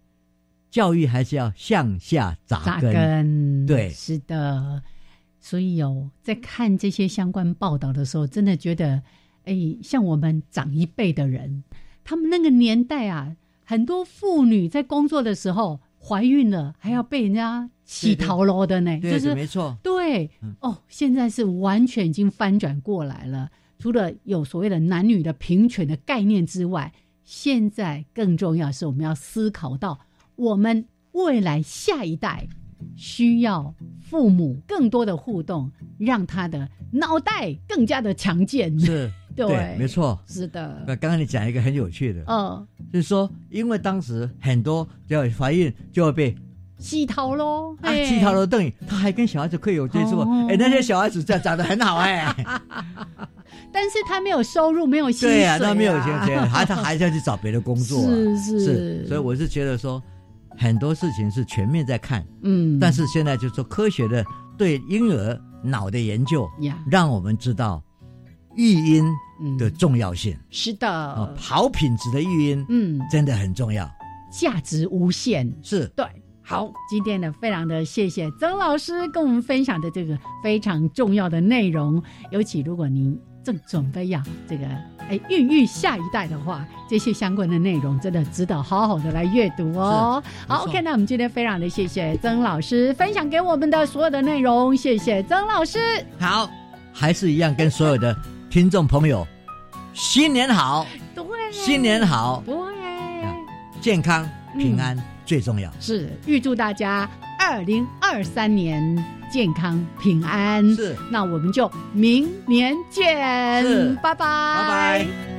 [SPEAKER 2] 教育还是要向下扎根，
[SPEAKER 1] 根
[SPEAKER 2] 对，
[SPEAKER 1] 是的。所以哦，在看这些相关报道的时候，真的觉得，哎，像我们长一辈的人，他们那个年代啊，很多妇女在工作的时候怀孕了，还要被人家起逃楼的呢，
[SPEAKER 2] 对
[SPEAKER 1] 对就是
[SPEAKER 2] 没错，
[SPEAKER 1] 对、嗯、哦，现在是完全已经翻转过来了。除了有所谓的男女的平权的概念之外，现在更重要是，我们要思考到我们未来下一代需要父母更多的互动，让他的脑袋更加的强健。
[SPEAKER 2] 是，
[SPEAKER 1] 对，
[SPEAKER 2] 对没错，
[SPEAKER 1] 是的。
[SPEAKER 2] 那刚刚你讲一个很有趣的，
[SPEAKER 1] 嗯，
[SPEAKER 2] 就是说，因为当时很多要怀孕就会被。
[SPEAKER 1] 洗头喽，
[SPEAKER 2] 啊，洗头喽，等于他还跟小孩子会有接触，哎、哦欸，那些小孩子长长得很好 哎、欸，
[SPEAKER 1] 但是他没有收入，没有薪水、
[SPEAKER 2] 啊，
[SPEAKER 1] 对
[SPEAKER 2] 啊，他没有薪水，还他还是要去找别的工作、啊，
[SPEAKER 1] 是是
[SPEAKER 2] 是，所以我是觉得说，很多事情是全面在看，
[SPEAKER 1] 嗯，
[SPEAKER 2] 但是现在就说科学的对婴儿脑的研究，让我们知道育婴的重要性，嗯、
[SPEAKER 1] 是的、哦，
[SPEAKER 2] 好品质的育婴，
[SPEAKER 1] 嗯，
[SPEAKER 2] 真的很重要，
[SPEAKER 1] 价值无限，
[SPEAKER 2] 是
[SPEAKER 1] 对。好，今天呢，非常的谢谢曾老师跟我们分享的这个非常重要的内容。尤其如果您正准备要这个哎孕育下一代的话，这些相关的内容真的值得好好的来阅读哦。好，OK，那我们今天非常的谢谢曾老师分享给我们的所有的内容，谢谢曾老师。
[SPEAKER 2] 好，还是一样跟所有的听众朋友，新年好，
[SPEAKER 1] 对，
[SPEAKER 2] 新年好，
[SPEAKER 1] 对，
[SPEAKER 2] 健康平安。嗯最重要
[SPEAKER 1] 是预祝大家二零二三年健康平
[SPEAKER 2] 嗯
[SPEAKER 1] 安。
[SPEAKER 2] 是，
[SPEAKER 1] 那我们就明年见。
[SPEAKER 2] 是，
[SPEAKER 1] 拜拜，
[SPEAKER 2] 拜拜。